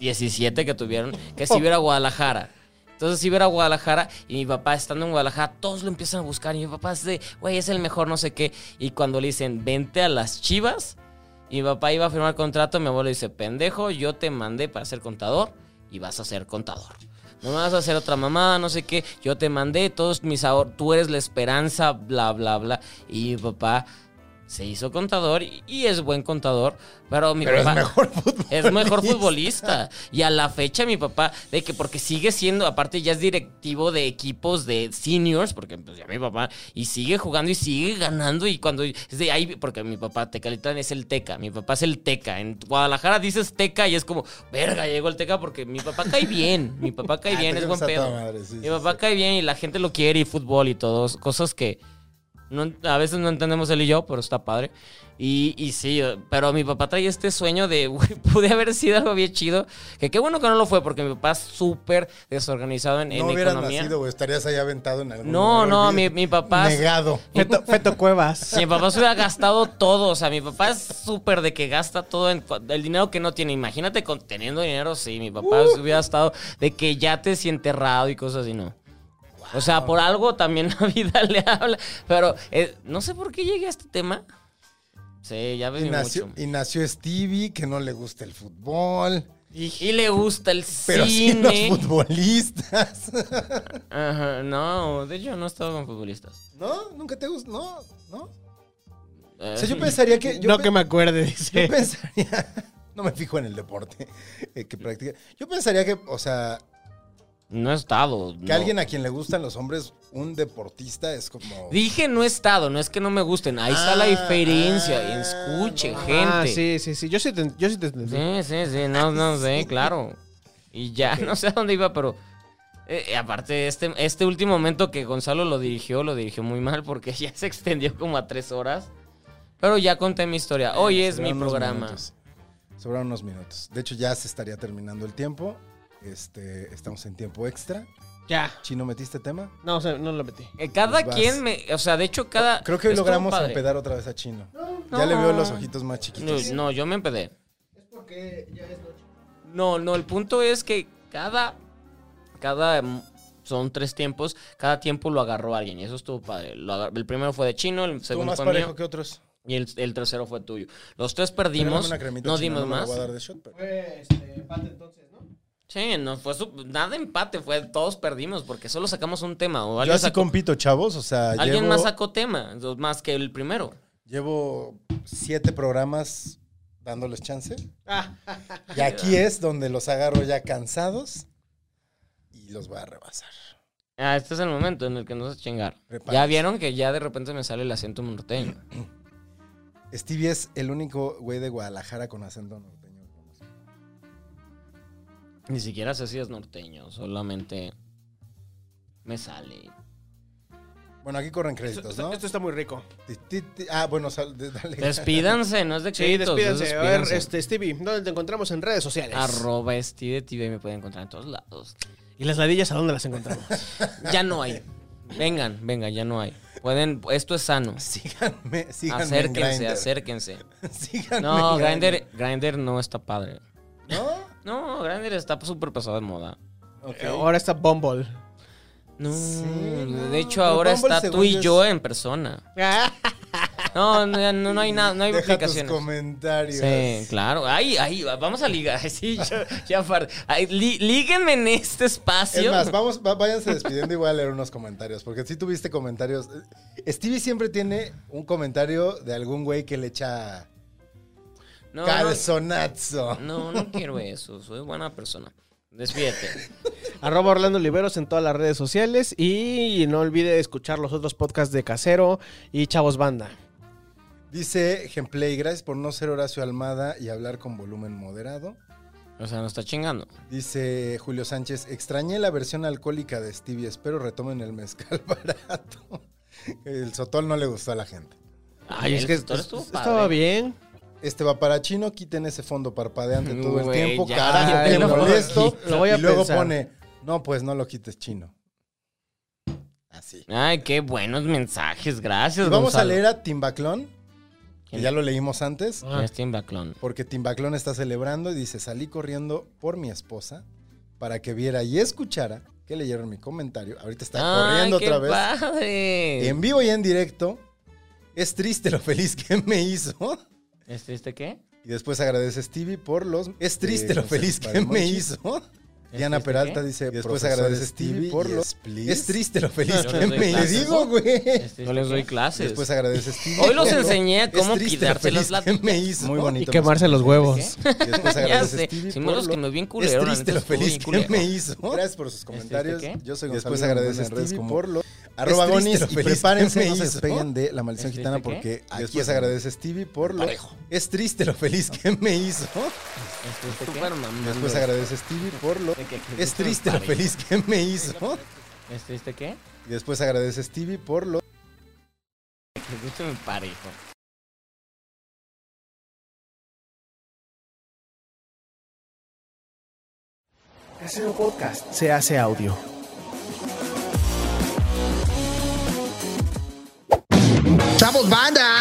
17 que tuvieron que se iba a Guadalajara. Entonces se iba a Guadalajara y mi papá estando en Guadalajara, todos lo empiezan a buscar. Y mi papá es de, güey, es el mejor, no sé qué. Y cuando le dicen, vente a las chivas, y mi papá iba a firmar contrato, mi abuelo dice, pendejo, yo te mandé para ser contador y vas a ser contador. No me vas a hacer otra mamada, no sé qué. Yo te mandé todos mis ahorros, tú eres la esperanza, bla, bla, bla. Y mi papá se hizo contador y, y es buen contador, pero mi Pero es papá... mejor fútbol. Es mejor futbolista. Y a la fecha mi papá, de que porque sigue siendo, aparte ya es directivo de equipos de seniors, porque pues ya mi papá, y sigue jugando y sigue ganando. Y cuando es de ahí, porque mi papá Tecalitlán es el Teca, mi papá es el Teca. En Guadalajara dices Teca y es como, verga, llegó el Teca porque mi papá cae bien, mi papá cae Ah, bien, te es buen gusta toda pedo. madre, sí, mi sí, papá sí. cae bien y la gente lo quiere y fútbol y todo, cosas que... No- a veces no entendemos él y yo, pero está padre. Y, y sí, eh, pero mi papá traía este sueño de, güey, pude haber sido algo bien chido. Que qué bueno que no lo fue, porque mi papá es súper desorganizado en, en No hubieras economía. nacido, güey. Estarías ahí aventado en algún No, lugar, no, mi, olvídate. mi papá. Negado. Feto, Feto Cuevas. Si mi papá se hubiera gastado todo, o sea, mi papá es súper de que gasta todo en, cua- el dinero que no tiene. Imagínate con, teniendo dinero, sí, mi papá se hubiera estado de que ya te siente enterrado y cosas así, no. O sea, por algo también la vida le habla. Pero eh, no sé por qué llegué a este tema. Sí, ya Y ves nació, mucho. y nació Stevie, que no le gusta el fútbol. Y, y le gusta el Pero sí, cine. los futbolistas. Ajá, no, de hecho no he estado con futbolistas. ¿No? ¿Nunca te gusta? No, no. Eh, O sea, yo pensaría que. Yo no pe- que me acuerde, Yo dice. pensaría, no me fijo en el deporte eh, que practica. Yo pensaría que, o sea, no he estado. que no. alguien a quien le gustan los hombres, un deportista es como. Dije no he estado, no es que no me gusten. Ahí está la Ah, diferencia. ah, Escuchen, no. gente. Ah, sí, sí, sí. Yo sí te, yo sí te entendí. Sí, sí, sí, no, no sé, claro. Y ya, no sé a dónde iba, pero Eh, aparte, este, este último momento que Gonzalo lo dirigió, lo dirigió muy mal porque ya se extendió como a tres horas. Pero ya conté mi historia. Hoy es Sobraron mi Eh, unos programa. minutos. Sobraron unos minutos. De hecho, ya se estaría terminando el tiempo. Este, estamos en tiempo extra. Ya. Chino, ¿metiste tema? No, o sea, no lo metí. Eh, cada Pues vas. quien me. O sea, de hecho, cada. Creo que hoy estuvo logramos padre. empedar otra vez a Chino. Ya le veo los ojitos más No, chiquitos. no, yo me empedé. Es porque ya es noche. No, no, el punto es que cada. Cada. mm, Son tres tiempos. Cada tiempo lo agarró alguien. Y eso estuvo padre. Lo agar- el primero fue de chino, el Tú segundo más fue parejo mío. que otros. Y el, el tercero fue tuyo. Los tres Regálame perdimos. una cremita No china, dimos me la más. voy a dar de shot, pero- Fue este, empate entonces, ¿no? Sí, no fue su- nada de empate, fue todos perdimos porque solo sacamos un tema. O Yo alguien así sacó- compito, chavos. O sea, alguien llevo, más sacó tema, entonces, más que el primero. llevo siete programas dándoles chance. Ah, Y aquí es donde los agarro ya cansados y los voy a rebasar. Ah, este es el momento en el que nos chingar. Ya Prepárense. vieron que ya de repente me sale el acento norteño. Stevie es el único güey de Guadalajara con acento norteño. que conozco. Ni siquiera sé si es norteño, solamente me sale. Bueno, aquí corren esto, créditos, esto- ¿no? esto está muy rico. Ti, ti, ti. Ah, bueno, sal- de- dale. Despídanse, no es de Sí, créditos, es despídense. A ver, despídanse. este, Stevie, ¿dónde te encontramos en redes sociales? Arroba Steve TV me pueden encontrar en todos lados. ¿Y las ladillas a dónde las encontramos? Ya no hay. Vengan, vengan, ya no hay. Pueden, esto es sano. Síganme, síganme en Acérquense, Grindr. acérquense. Síganme No, en Grinder, Grinder no está padre. ¿No? No, Grinder está súper pasado de moda. Ok. Eh, Ahora está Bumble. No, Sí, no, de hecho pero ahora Bumble, está tú según y yo, yo en persona. No, no, no, no hay nada, no hay Deja tus aplicaciones. comentarios. Sí, claro. Ay, ay, vamos a ligar. Sí, yo, ya par- ay, lí- líguenme en este Es espacio. más, vamos, va- váyanse despidiendo y voy a leer unos comentarios, porque si tuviste comentarios. Stevie siempre tiene un comentario de algún güey que le echa no, no, calzonazo. no, no quiero eso. Soy buena persona. Despídete. Arroba Orlando Oliveros en todas las redes sociales. Y no olvide escuchar los otros podcasts de Casero y Chavos Banda. Dice Gemplay, gracias por no ser Horacio Almada y hablar con volumen moderado. O sea, no está chingando. Dice Julio Sánchez, extrañé la versión alcohólica de Stevie, espero retomen el mezcal barato. El sotol no le gustó a la gente. Ay, el tutor est- estuvo estaba padre. bien. Este va para chino, quiten ese fondo parpadeante todo el Güey, tiempo, ya, carajo, ya qué lo voy a molesto. quitar. Lo voy a y luego pensar. pone, no, pues no lo quites chino. Así. Ay, qué buenos mensajes. Gracias, Y vamos a Gonzalo. leer a Timbaclón, que ¿Quién? ya lo leímos antes, Ya estoy en Baclón. porque Timbaclón está celebrando y dice, salí corriendo por mi esposa para que viera y escuchara que leyeron mi comentario. Ahorita está Ay, corriendo qué otra vez. padre. En vivo y en directo. Es triste lo feliz que me hizo. ¿Es triste ¿Este, qué? Y después agradece a Stevie por los... Es triste Eh, lo consejos feliz para que me emojis. hizo. Diana triste Peralta qué? dice... Y después después agradece a profesor Stevie Stevie por y los... Split. Es triste lo feliz Yo que les doy me le clases. digo, güey. ¿Es triste No les doy ¿Este, qué? clases. Después agradece a Stevie. Hoy los por los- enseñé cómo Es triste lo quitarse las feliz que latas. me hizo. Muy Y bonito. quemarse los huevos. Y después Ya agradece a sé. Stevie Si por me los lo- que me bien Es culero. la triste neta, lo estuvo feliz bien que culero. me hizo. Gracias por sus comentarios. qué? Yo soy Y Gonzalo. después agradece a Hernández Stevie como- por los... Arroba Es triste Gonis lo y feliz prepárense, que no me se hizo. despeguen de la maldición ¿Es gitana triste qué? porque aquí Después se agradece a Stevie por lo. Parejo. Es triste lo feliz que me hizo. Es triste, qué? Bueno, mamá, Después no. agradece a Stevie por lo. ¿De qué? ¿Qué Es dices, triste lo parejo? feliz que me hizo. ¿Es triste qué? Y después agradece a Stevie por lo. Que guste mi parejo. Casero Podcast. Se hace audio. ¡Chavos, banda!